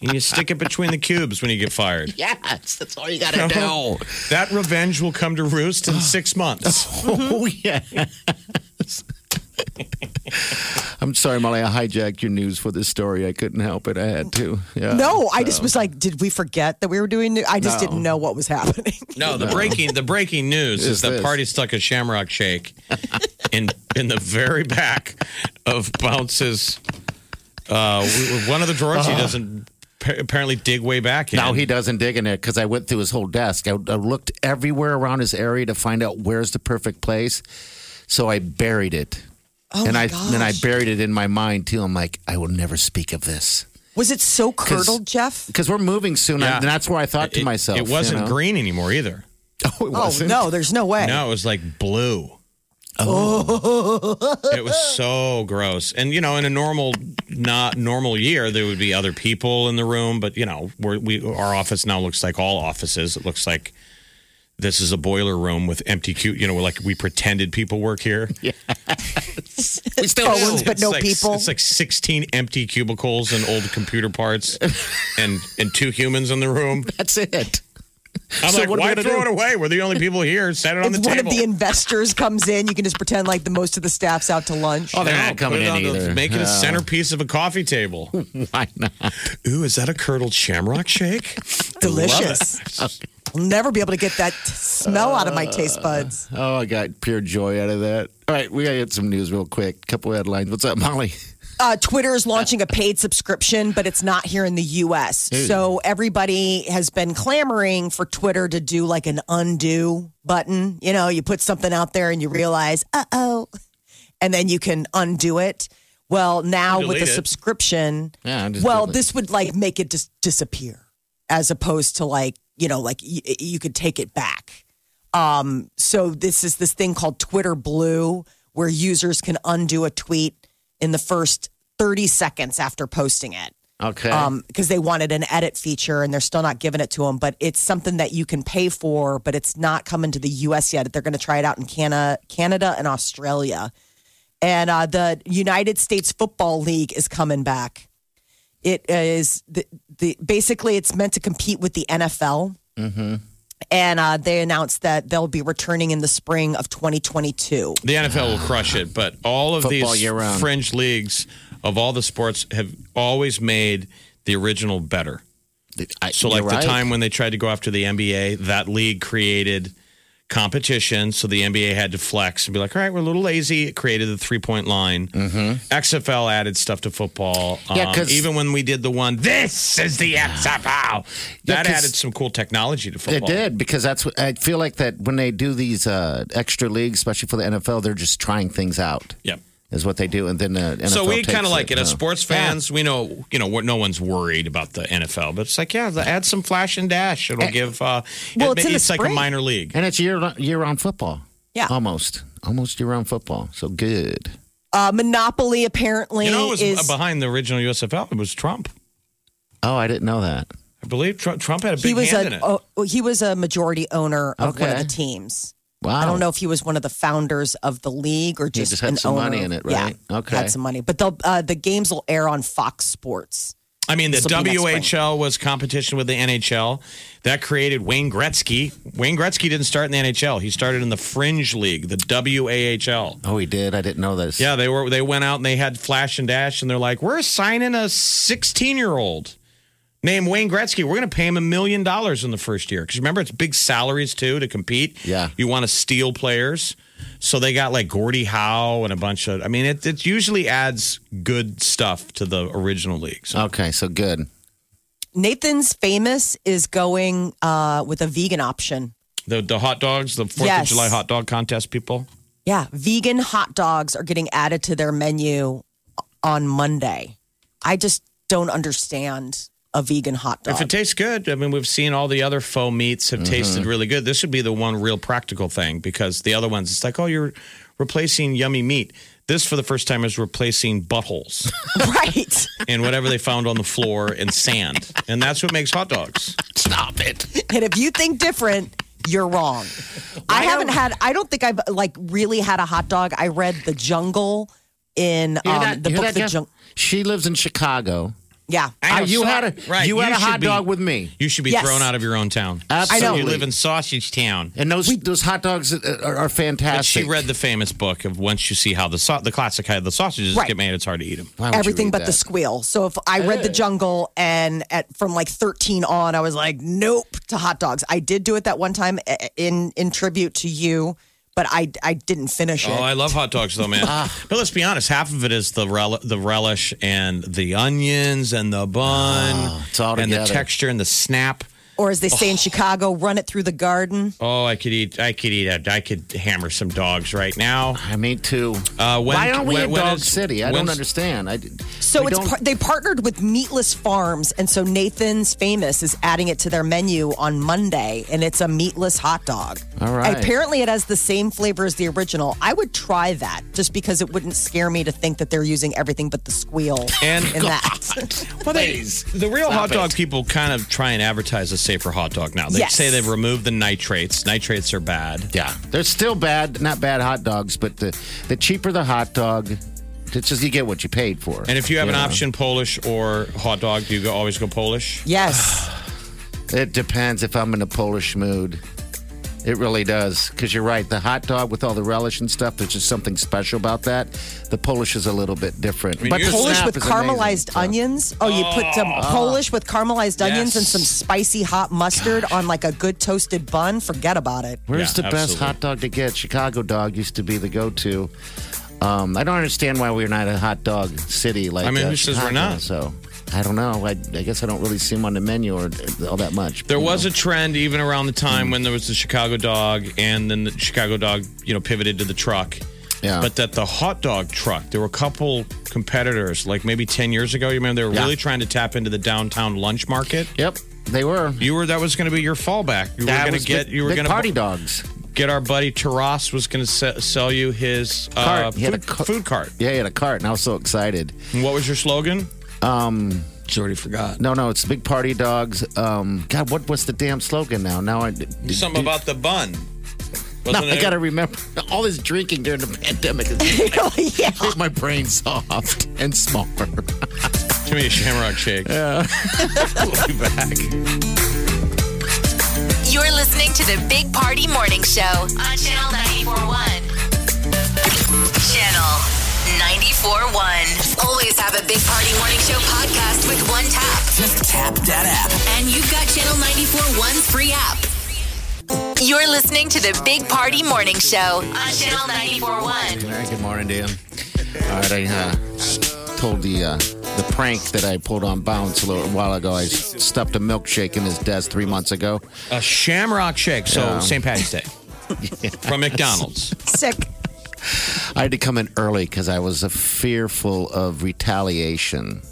Speaker 5: and you stick it between the cubes when you get fired.
Speaker 6: yes. That's all you gotta do.
Speaker 5: That revenge will come to roost in six months.
Speaker 6: Oh yeah. I'm sorry, Molly. I hijacked your news for this story. I couldn't help it. I had to. Yeah.
Speaker 4: No, I just was like, did we forget that we were doing? New- I just didn't know what was happening.
Speaker 5: No, the breaking the breaking news is,
Speaker 6: Is
Speaker 5: that
Speaker 6: this.
Speaker 5: party stuck a shamrock shake in in the very back of Bounce's uh, w- one of the drawers he doesn't pa- apparently dig way back in.
Speaker 6: No, Uh-huh. he doesn't dig in it because I went through his whole desk. I, I looked everywhere around his area to find out where's the perfect place. So I buried it.
Speaker 4: Oh
Speaker 6: and
Speaker 4: my
Speaker 6: I and I
Speaker 4: gosh.
Speaker 6: buried it in my mind too. I'm like, I will never speak of this.
Speaker 4: Was it so curdled, Jeff?
Speaker 6: because we're moving soon.
Speaker 5: Yeah.
Speaker 6: and that's where I thought to
Speaker 5: It-
Speaker 6: myself.
Speaker 5: It wasn't
Speaker 6: you know?
Speaker 5: green anymore either.
Speaker 6: Oh, it
Speaker 4: Oh
Speaker 6: wasn't.
Speaker 4: no, there's no way.
Speaker 5: No, it was like blue. Oh. it was so gross. And you know, in a normal not normal year, there would be other people in the room, but you know, we're, we our office now looks like all offices. It looks like this is a boiler room with empty cu You know, like we pretended people work here.
Speaker 6: We still
Speaker 4: Phones,
Speaker 6: do.
Speaker 4: but no
Speaker 5: like,
Speaker 4: people.
Speaker 5: It's like sixteen empty cubicles and old computer parts, and and two humans in the room.
Speaker 6: That's it.
Speaker 5: I'm
Speaker 6: So
Speaker 5: like,
Speaker 6: what are we
Speaker 5: why
Speaker 6: gonna
Speaker 5: throw
Speaker 6: do?
Speaker 5: it away? We're the only people here. Set it on
Speaker 4: If
Speaker 5: the
Speaker 4: one
Speaker 5: table.
Speaker 4: of the investors comes in, you can just pretend like the most of the staff's out to lunch.
Speaker 6: Oh, they're
Speaker 5: No,
Speaker 6: not coming
Speaker 5: put it
Speaker 6: in
Speaker 5: on the-
Speaker 6: either.
Speaker 5: Make it a centerpiece of a coffee table.
Speaker 6: Why not?
Speaker 5: Ooh, is that a curdled shamrock shake? I love it.
Speaker 4: Delicious. I'll never be able to get that t- smell out of my
Speaker 5: Uh.
Speaker 4: taste buds.
Speaker 6: Oh, I got pure joy out of that. All right, we gotta get some news real quick. Couple headlines. What's up, Molly?
Speaker 4: uh, Twitter is launching a paid subscription, but it's not here in the U.S. So everybody has been clamoring for Twitter to do like an undo button. You know, you put something out there and you realize, uh oh, and then you can undo it. Well, now with the
Speaker 5: Delete it.
Speaker 4: subscription,
Speaker 6: Yeah, I'm just
Speaker 4: well,
Speaker 6: delete.
Speaker 4: this would like make it just disappear, as opposed to like you know, like y- you could take it back. Um, so this is this thing called Twitter Blue, where users can undo a tweet in the first 30 seconds after posting it.
Speaker 6: Okay.
Speaker 4: Um, because they wanted an edit feature and they're still not giving it to them, but it's something that you can pay for, but it's not coming to the US yet. They're going to try it out in Canada, Canada and Australia. And uh, the United States Football League is coming back. It is the, the basically it's meant to compete with the NFL and uh, they announced that they'll be returning in the spring of 2022.
Speaker 5: The NFL will crush it, but all of
Speaker 6: Football
Speaker 5: these
Speaker 6: year-round.
Speaker 5: fringe leagues of all the sports have always made the original better.
Speaker 6: I-
Speaker 5: So, like
Speaker 6: you're
Speaker 5: the
Speaker 6: right.
Speaker 5: time when they tried to go after the NBA, that league created competition. So the NBA had to flex and be like, all right, we're a little lazy. It created the three point line. XFL added stuff to football.
Speaker 6: Mm-hmm.
Speaker 5: Um,
Speaker 6: Yeah, 'cause-
Speaker 5: even when we did the one, this is the XFL,
Speaker 6: Yeah,
Speaker 5: that
Speaker 6: 'cause-
Speaker 5: added some cool technology to
Speaker 6: It
Speaker 5: football.
Speaker 6: did because that's what I feel like that when they do these uh, extra leagues, especially for the NFL, they're just trying things out.
Speaker 5: Yep.
Speaker 6: is what they do, and then the NFL
Speaker 5: So we
Speaker 6: takes
Speaker 5: kind of like it as
Speaker 6: huh?
Speaker 5: sports fans. We know, you know, we're- no one's worried about the NFL, but it's like, yeah, add some flash and dash.
Speaker 6: Eh,
Speaker 5: It'll give. Uh,
Speaker 4: Well,
Speaker 5: it-
Speaker 4: it's in the
Speaker 5: like a
Speaker 4: spring.
Speaker 5: minor league.
Speaker 6: and it's year year round football.
Speaker 4: Yeah.
Speaker 6: almost, almost year round football. So good.
Speaker 4: Uh, Monopoly apparently
Speaker 5: You know, it was
Speaker 4: is
Speaker 5: behind the original USFL. It was Trump.
Speaker 6: Oh, I didn't know that.
Speaker 5: I believe Trump, Trump had a big
Speaker 4: he was
Speaker 5: hand in
Speaker 4: a
Speaker 5: it.
Speaker 4: oh, he was a majority owner of one of
Speaker 6: Okay.
Speaker 4: the teams.
Speaker 6: Wow.
Speaker 4: I don't know if he was one of the founders of the league or just,
Speaker 6: just had
Speaker 4: an
Speaker 6: some
Speaker 4: owner.
Speaker 6: money in it, right?
Speaker 4: Yeah,
Speaker 6: Okay.
Speaker 4: had some money. But the uh, the games will air on Fox Sports.
Speaker 5: I mean, the
Speaker 4: This will be next
Speaker 5: WHL was competition with the NHL. That created Wayne Gretzky. Wayne Gretzky didn't start in the NHL. He started in the fringe league, the WAHL.
Speaker 6: Oh, he did. I didn't know this.
Speaker 5: Yeah, they were. They went out and they had flash and dash, and they're like, "We're signing a 16 year old named Wayne Gretzky. We're going to pay him a million dollars in the first year because remember it's big salaries too to compete.
Speaker 6: Yeah.
Speaker 5: you want to steal players, so they got like Gordie Howe and a bunch of. I mean, it, it usually adds good stuff to the original league. So
Speaker 6: Okay, so good.
Speaker 4: Nathan's Famous is going uh, with a vegan option.
Speaker 5: the the hot dogs, the Fourth
Speaker 4: Yes.
Speaker 5: of July hot dog contest, people.
Speaker 4: Yeah, vegan hot dogs are getting added to their menu on Monday. I just don't understand a vegan hot dog.
Speaker 5: If it tastes good, I mean, we've seen all the other faux meats have
Speaker 6: Mm-hmm.
Speaker 5: tasted really good. This would be the one real practical thing because the other ones, it's like, oh, you're replacing yummy meat. This, for the first time, is replacing buttholes
Speaker 4: right.
Speaker 5: and whatever they found on the floor and sand. And that's what makes hot dogs.
Speaker 6: Stop it.
Speaker 4: And if you think different, you're wrong. I haven't had. I don't think I've like really had a hot dog. I read The Jungle in
Speaker 6: You hear
Speaker 4: um,
Speaker 6: that-
Speaker 4: the
Speaker 6: you hear that,
Speaker 4: book The
Speaker 6: Jeff?
Speaker 4: Jungle.
Speaker 6: she lives in Chicago.
Speaker 4: Yeah,
Speaker 5: I
Speaker 6: Uh,
Speaker 5: know,
Speaker 6: you
Speaker 5: so-
Speaker 6: had a
Speaker 5: right,
Speaker 6: you had
Speaker 5: you
Speaker 6: a hot
Speaker 5: should be-
Speaker 6: dog with me,
Speaker 5: You should be
Speaker 4: Yes.
Speaker 5: thrown out of your own town.
Speaker 6: Absolutely.
Speaker 5: You live in sausage town.
Speaker 6: and those those hot dogs uh, are, are
Speaker 5: But
Speaker 6: fantastic.
Speaker 5: she read the famous book of once you see how the sau- the classic how the sausages
Speaker 4: Right.
Speaker 5: get made, it's hard to eat them.
Speaker 6: Why would you
Speaker 4: everything
Speaker 6: read
Speaker 4: but the
Speaker 6: that?
Speaker 4: squeal. So if I read The Jungle and at from like 13 on, I was like, nope to hot dogs. I did do it that one time uh, in in tribute to you, but I I didn't finish it.
Speaker 5: Oh, I love hot dogs though, man.
Speaker 6: Ah.
Speaker 5: but let's be honest, half of it is the rel- the relish and the onions and the bun
Speaker 6: Ah, it's all
Speaker 5: and the
Speaker 6: together.
Speaker 5: texture and the snap.
Speaker 4: or as they say in Chicago, run it through the garden.
Speaker 5: Oh, I could eat. I could eat. A, I could hammer some dogs right now.
Speaker 6: I mean, Ah, too.
Speaker 5: Uh, when-
Speaker 6: Why aren't we
Speaker 5: when-
Speaker 6: in
Speaker 5: when
Speaker 6: Dog
Speaker 5: is-
Speaker 6: City? I don't
Speaker 5: when's-
Speaker 6: understand. I
Speaker 4: So
Speaker 6: we
Speaker 4: it's
Speaker 6: don't-
Speaker 4: par- they partnered with Meatless Farms, and so Nathan's Famous is adding it to their menu on Monday, and it's a meatless hot dog.
Speaker 6: All right.
Speaker 4: Apparently, it has the same flavor as the original. I would try that just because it wouldn't scare me to think that they're using everything but the squeal
Speaker 5: And-
Speaker 4: in that.
Speaker 5: Well, they,
Speaker 6: Please,
Speaker 5: the real hot
Speaker 6: stop
Speaker 5: dog
Speaker 6: it.
Speaker 5: people kind of try and advertise a safer hot dog now. They
Speaker 4: Yes.
Speaker 5: say they've removed the nitrates. Nitrates are bad.
Speaker 6: Yeah, they're still bad, not bad hot dogs, but the the cheaper the hot dog, it's just you get what you paid for.
Speaker 5: And if you have an
Speaker 6: know?
Speaker 5: option, Polish or hot dog, do you go, always go Polish?
Speaker 4: yes.
Speaker 6: It depends if I'm in a Polish mood. It really does. Because you're right. The hot dog with all the relish and stuff, there's just something special about that. The Polish is a little bit different.
Speaker 5: mean,
Speaker 6: but
Speaker 5: you-
Speaker 6: the
Speaker 4: Polish
Speaker 6: snap
Speaker 4: with
Speaker 6: is amazing,
Speaker 4: caramelized
Speaker 6: so. Ah.
Speaker 4: onions. Oh, you put some Polish with caramelized onions and
Speaker 5: Yes.
Speaker 4: some spicy hot mustard on like a good toasted bun. Forget about it.
Speaker 6: Where's
Speaker 5: Yeah,
Speaker 6: the best
Speaker 5: absolutely.
Speaker 6: hot dog to get? Chicago dog used to be the go to. Um, I don't understand why we're not a hot dog city like
Speaker 5: I mean,
Speaker 6: uh,
Speaker 5: who says we're
Speaker 6: Chicago,
Speaker 5: not?
Speaker 6: So I don't know. I, I guess I don't really see them on the menu or all that much.
Speaker 5: There
Speaker 6: you
Speaker 5: was
Speaker 6: know.
Speaker 5: a trend even around the time when there was the Chicago dog, and then the Chicago dog, you know, pivoted to the truck.
Speaker 6: Yeah.
Speaker 5: But that the hot dog truck, there were a couple competitors, like maybe ten years ago. You remember they were
Speaker 6: Yeah.
Speaker 5: really trying to tap into the downtown lunch market.
Speaker 6: Yep, they were.
Speaker 5: You were that was going to be your fallback. You
Speaker 6: That
Speaker 5: were going
Speaker 6: was
Speaker 5: to get
Speaker 6: big-
Speaker 5: you were
Speaker 6: big
Speaker 5: going
Speaker 6: party
Speaker 5: to
Speaker 6: dogs.
Speaker 5: get our buddy Taras was going to se- sell you his uh,
Speaker 6: Cart. He had
Speaker 5: food,
Speaker 6: a ca-
Speaker 5: food cart.
Speaker 6: Yeah, he had a cart, and I was so excited.
Speaker 5: And what was your slogan? Um, already forgot.
Speaker 6: No, no, it's big party dogs. Um, God, what was the damn slogan now? Now I d-
Speaker 5: Something about the bun.
Speaker 6: No,
Speaker 5: Wasn't
Speaker 6: I
Speaker 5: it?
Speaker 6: gotta remember all this drinking during the pandemic has made my brain soft and smaller.
Speaker 5: Give me a shamrock shake.
Speaker 6: we'll be back.
Speaker 2: You're listening to the Big Party Morning Show on Channel 941. Channel 941. Always have a Big Party Morning Show podcast with one tap.
Speaker 3: Just tap that app.
Speaker 2: And you've got Channel 941's free app. You're listening to the Big Party Morning Show on Channel 941.
Speaker 6: All right, good morning, Dan. All right, I uh, s- told the uh, the prank that I pulled on Bounce a little while ago. I s- stuffed a milkshake in his desk three months ago.
Speaker 5: A shamrock shake. So
Speaker 6: Yeah.
Speaker 5: St. Patty's Day from McDonald's.
Speaker 4: Sick.
Speaker 6: I had to come in early because I was uh, fearful of retaliation.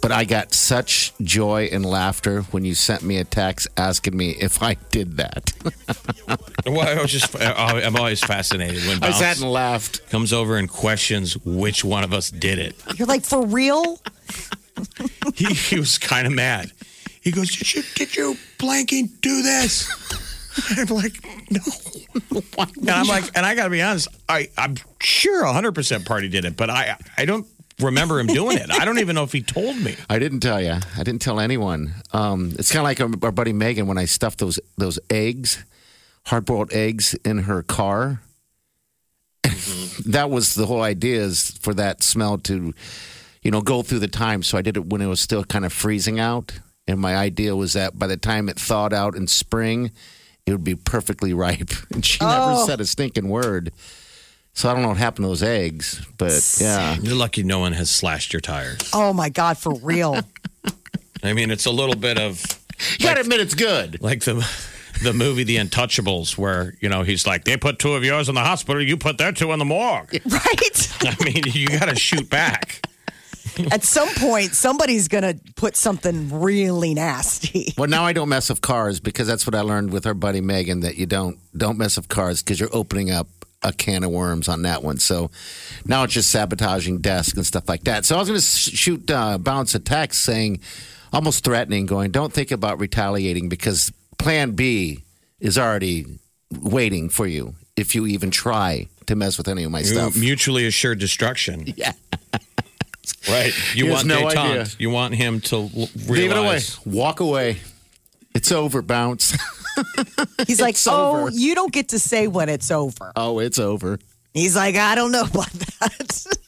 Speaker 6: But I got such joy and laughter when you sent me a text asking me if I did that.
Speaker 5: Well, I was just, I- I'm always fascinated when
Speaker 6: I
Speaker 5: Bounce
Speaker 6: sat and laughed.
Speaker 5: comes over and questions which one of us did it.
Speaker 4: You're like for real.
Speaker 5: He, he was kind of mad. He goes, did you, did you blanking do this? And I'm like, no. and I'm like, and I got to be honest, I, I'm sure 100% Party did it, but I, I don't remember him doing it. I don't even know if he told me.
Speaker 6: I didn't tell you. I didn't tell anyone. Um, it's kind of like our, our buddy Megan when I stuffed those those eggs, hard boiled eggs, in her car. that was the whole idea is for that smell to, you know, go through the time. So I did it when it was still kind of freezing out, and my idea was that by the time it thawed out in spring, it would be perfectly ripe. And she never said a stinking word. So I don't know what happened to those eggs, but yeah.
Speaker 5: You're lucky no one has slashed your tires.
Speaker 4: Oh my god, for real.
Speaker 5: I mean, it's a little bit of
Speaker 6: You gotta admit it's good.
Speaker 5: like the the movie The Untouchables, where you know he's like, they put two of yours in the hospital, you put their two in the morgue.
Speaker 4: right.
Speaker 5: I mean, you got to shoot back.
Speaker 4: At some point, somebody's gonna put something really nasty.
Speaker 6: Well, now I don't mess with cars because that's what I learned with our buddy Megan that you don't don't mess with cars because you're opening up a can of worms on that one. So now it's just sabotaging desks and stuff like that. So I was going to shoot uh, bounce a text saying, almost threatening, going, "Don't think about retaliating because Plan B is already waiting for you if you even try to mess with any of my stuff."
Speaker 5: Mutually assured destruction. Yeah. Right. You
Speaker 6: He has
Speaker 5: want
Speaker 6: no
Speaker 5: detente.
Speaker 6: idea.
Speaker 5: You want him to l- realize.
Speaker 6: Leave it away. Walk away. It's over, bounce.
Speaker 4: He's like,
Speaker 6: It's
Speaker 4: oh,
Speaker 6: over.
Speaker 4: you don't get to say when it's over.
Speaker 6: oh, it's over.
Speaker 4: He's like, I don't know about that.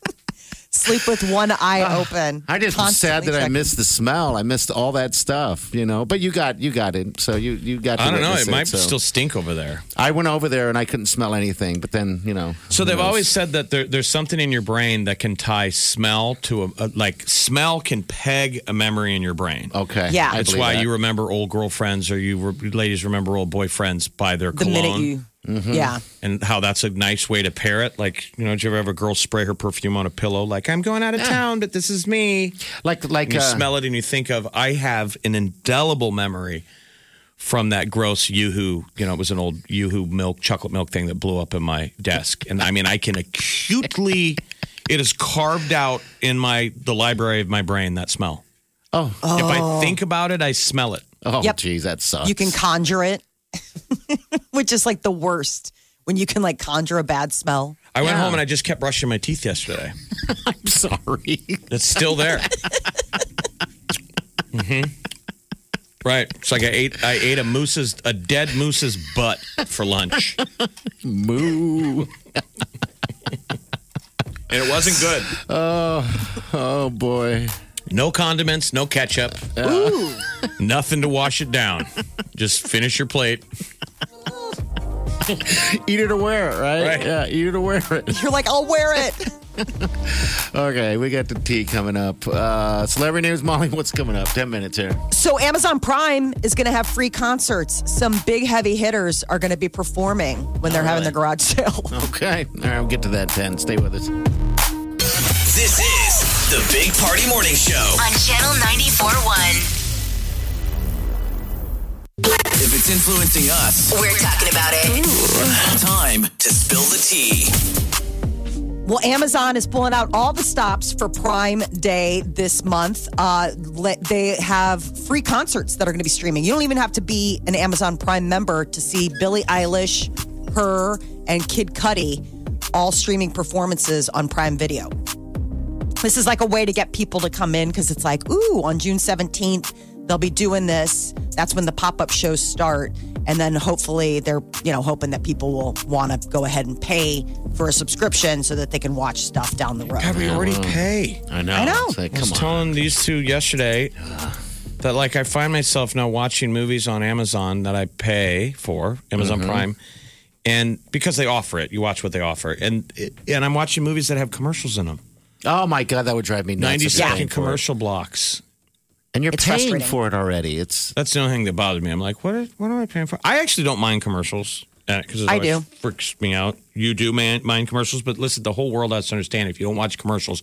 Speaker 4: Sleep with one eye open.
Speaker 6: Ah, I just was sad that
Speaker 4: Constantly
Speaker 6: I
Speaker 4: checking.
Speaker 6: missed the smell. I missed all that stuff, you know. But you got you got it. So you you got. To
Speaker 5: I don't know.
Speaker 6: witness
Speaker 5: It might
Speaker 6: so.
Speaker 5: still stink over there.
Speaker 6: I went over there and I couldn't smell anything. But then you know.
Speaker 5: So
Speaker 6: who
Speaker 5: they've
Speaker 6: knows?
Speaker 5: always said that there, there's something in your brain that can tie smell to a, a like smell can peg a memory in your brain.
Speaker 6: okay.
Speaker 4: Yeah.
Speaker 6: Oh, I
Speaker 5: That's
Speaker 6: believe
Speaker 5: why
Speaker 6: that.
Speaker 5: you remember old girlfriends or you re- ladies remember old boyfriends by their
Speaker 4: the
Speaker 5: cologne.
Speaker 4: minute you.
Speaker 6: Mm-hmm.
Speaker 4: Yeah.
Speaker 5: and how that's a nice way to pair it. Like, you know, did you ever have a girl spray her perfume on a pillow? Like, I'm going out of town, but this is me.
Speaker 6: like like
Speaker 5: And you
Speaker 6: uh,
Speaker 5: smell it and you think of, I have an indelible memory from that gross Yoo-Hoo, you know, it was an old Yoo-Hoo milk, chocolate milk thing that blew up in my desk. And I mean, I can acutely, it is carved out in my, the library of my brain, that smell.
Speaker 6: Oh oh
Speaker 5: If I think about it, I smell it.
Speaker 4: Yep.
Speaker 6: geez, that sucks.
Speaker 4: You can conjure it, which is like the worst when you can like conjure a bad smell.
Speaker 5: I went home and I just kept brushing my teeth yesterday.
Speaker 6: I'm sorry.
Speaker 5: It's still there. Mm-hmm. Right. It's like I ate I ate a moose's a dead moose's butt for lunch.
Speaker 6: Moo.
Speaker 5: And it wasn't good.
Speaker 6: Oh boy.
Speaker 5: No condiments, no ketchup. Nothing to wash it down. Just finish your plate.
Speaker 6: Eat it or wear it, right?
Speaker 5: Right.
Speaker 6: Yeah, eat it or wear it.
Speaker 4: You're like, I'll wear it.
Speaker 6: Okay, we got the tea coming up. Uh, celebrity news, Molly. What's coming up? Ten minutes here.
Speaker 4: So Amazon Prime is going to have free concerts. Some big heavy hitters are going to be performing when they're having their garage sale.
Speaker 6: Okay. All right, we'll get to that ten. Stay with us.
Speaker 3: This is the Big Party Morning Show.
Speaker 2: on Channel 94.1.
Speaker 3: If it's influencing us,
Speaker 2: We're talking about it.
Speaker 3: time to spill the tea.
Speaker 4: Well, Amazon is pulling out all the stops for Prime Day this month. Uh, let, they have free concerts that are going to be streaming. You don't even have to be an Amazon Prime member to see Billie Eilish, her, and Kid Cudi all streaming performances on Prime Video. This is like a way to get people to come in because it's like, ooh, on June 17th, they'll be doing this. That's when the pop up shows start. And then hopefully they're, you know, hoping that people will want to go ahead and pay for a subscription so that they can watch stuff down the road.
Speaker 5: we already pay.
Speaker 6: I know.
Speaker 4: I know.
Speaker 6: It's like,
Speaker 5: I was
Speaker 6: come on.
Speaker 5: telling these two yesterday that like I find myself now watching movies on Amazon that I pay for Amazon
Speaker 6: Mm-hmm.
Speaker 5: Prime, and because they offer it, you watch what they offer, and it, and I'm watching movies that have commercials in them,
Speaker 6: Oh my god, that would drive me nuts.
Speaker 5: ninety
Speaker 6: if I
Speaker 5: second
Speaker 6: paid for it.
Speaker 5: commercial blocks.
Speaker 6: and you're
Speaker 4: It's
Speaker 6: paying
Speaker 4: frustrating.
Speaker 6: for it already. It's
Speaker 5: That's the only thing that bothered me. I'm like, what? What am I paying for? I actually don't mind commercials eh, because
Speaker 4: I do.
Speaker 5: freaks me out. You do man, mind commercials, but listen, the whole world has to understand if you don't watch commercials,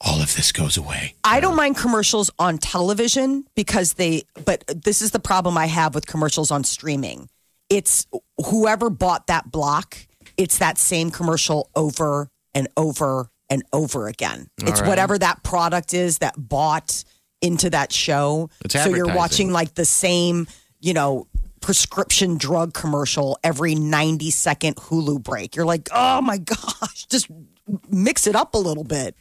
Speaker 5: all of this goes away.
Speaker 4: I don't mind commercials on television because they, but this is the problem I have with commercials on streaming. It's whoever bought that block, it's that same commercial over and over and over again. it's whatever that product is that bought into that show.
Speaker 6: It's
Speaker 4: so you're
Speaker 6: advertising.
Speaker 4: watching like the same, you know, prescription drug commercial every 90 second Hulu break. You're like, oh my gosh, just mix it up a little bit.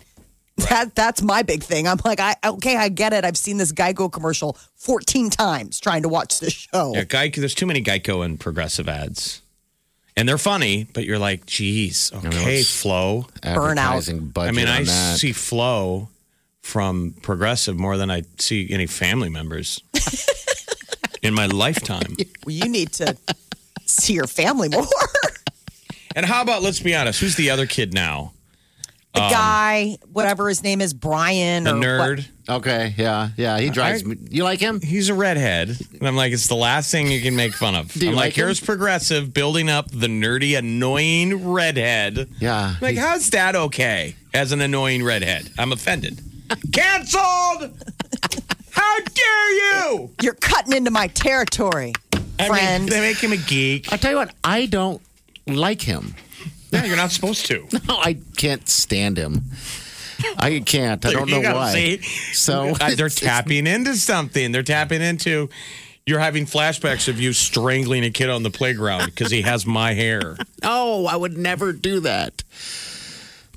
Speaker 4: That that's my big thing. I'm like, I okay, I get it. I've seen this Geico commercial 14 times trying to watch this show.
Speaker 5: Yeah, Geico. There's too many Geico and Progressive ads, and they're funny, but you're like, geez, okay, Flo.
Speaker 4: Burnout.
Speaker 6: advertising
Speaker 5: I
Speaker 6: budget.
Speaker 5: mean, I
Speaker 6: on that.
Speaker 5: see Flo from Progressive more than I see any family members in my lifetime.
Speaker 4: Well, you need to see your family more.
Speaker 5: And how about let's be honest, who's the other kid now?
Speaker 4: the guy, whatever his name is, Brian
Speaker 5: The
Speaker 4: or what-
Speaker 5: nerd.
Speaker 6: Okay, yeah, yeah. He drives
Speaker 5: I-
Speaker 6: me. You like him?
Speaker 5: He's a redhead, and I'm like, it's the last thing you can make fun of.
Speaker 6: Do you
Speaker 5: I'm
Speaker 6: like
Speaker 5: like,
Speaker 6: him?
Speaker 5: here's Progressive building up the nerdy, annoying redhead.
Speaker 6: Yeah.
Speaker 5: Like,
Speaker 6: he-
Speaker 5: how's that okay as an annoying redhead? I'm offended. Canceled! How dare you?
Speaker 4: You're cutting into my territory.
Speaker 5: I mean,
Speaker 4: Friend.
Speaker 5: they make him a geek.
Speaker 6: I tell you what, I don't like him.
Speaker 5: No, you're not supposed to.
Speaker 6: No, I can't stand him. I can't. I don't
Speaker 5: You
Speaker 6: know
Speaker 5: gotta
Speaker 6: why.
Speaker 5: see.
Speaker 6: So
Speaker 5: Uh, they're
Speaker 6: it's- it's-
Speaker 5: tapping into something. They're tapping into. You're having flashbacks of you strangling a kid on the playground because he has my hair.
Speaker 6: No, I would never do that.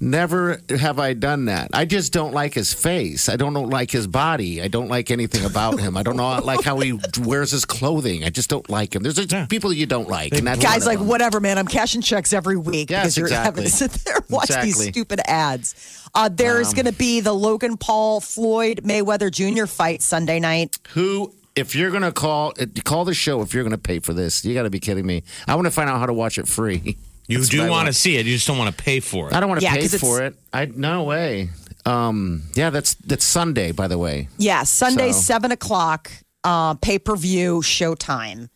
Speaker 6: Never have I done that. I just don't like his face. I don't like his body. I don't like anything about him. I don't know, like how he wears his clothing. I just don't like him. There's just
Speaker 5: Yeah.
Speaker 6: people you don't like, and that's one
Speaker 4: Guys,
Speaker 6: of
Speaker 4: like
Speaker 6: them.
Speaker 4: whatever, man. I'm cashing checks every week
Speaker 6: Yes,
Speaker 4: because you're having
Speaker 6: exactly.
Speaker 4: to sit there and watch these
Speaker 6: Exactly.
Speaker 4: stupid ads. Uh, there's going to be the Logan Paul Floyd Mayweather Jr. fight Sunday night.
Speaker 6: Who, if you're gonna call uh, call the show, if you're gonna pay for this, you got to be kidding me. I want to find out how to watch it free.
Speaker 5: You
Speaker 6: That's what
Speaker 5: do
Speaker 6: I
Speaker 5: want
Speaker 6: want.
Speaker 5: to see it. You just don't want to pay for it.
Speaker 6: I don't want to
Speaker 4: Yeah,
Speaker 6: pay
Speaker 4: 'cause it's-
Speaker 6: for it. I no way. Um, yeah, that's that's Sunday, by the way.
Speaker 4: Yeah, Sunday,
Speaker 6: So-
Speaker 4: seven o'clock, uh, pay per view showtime.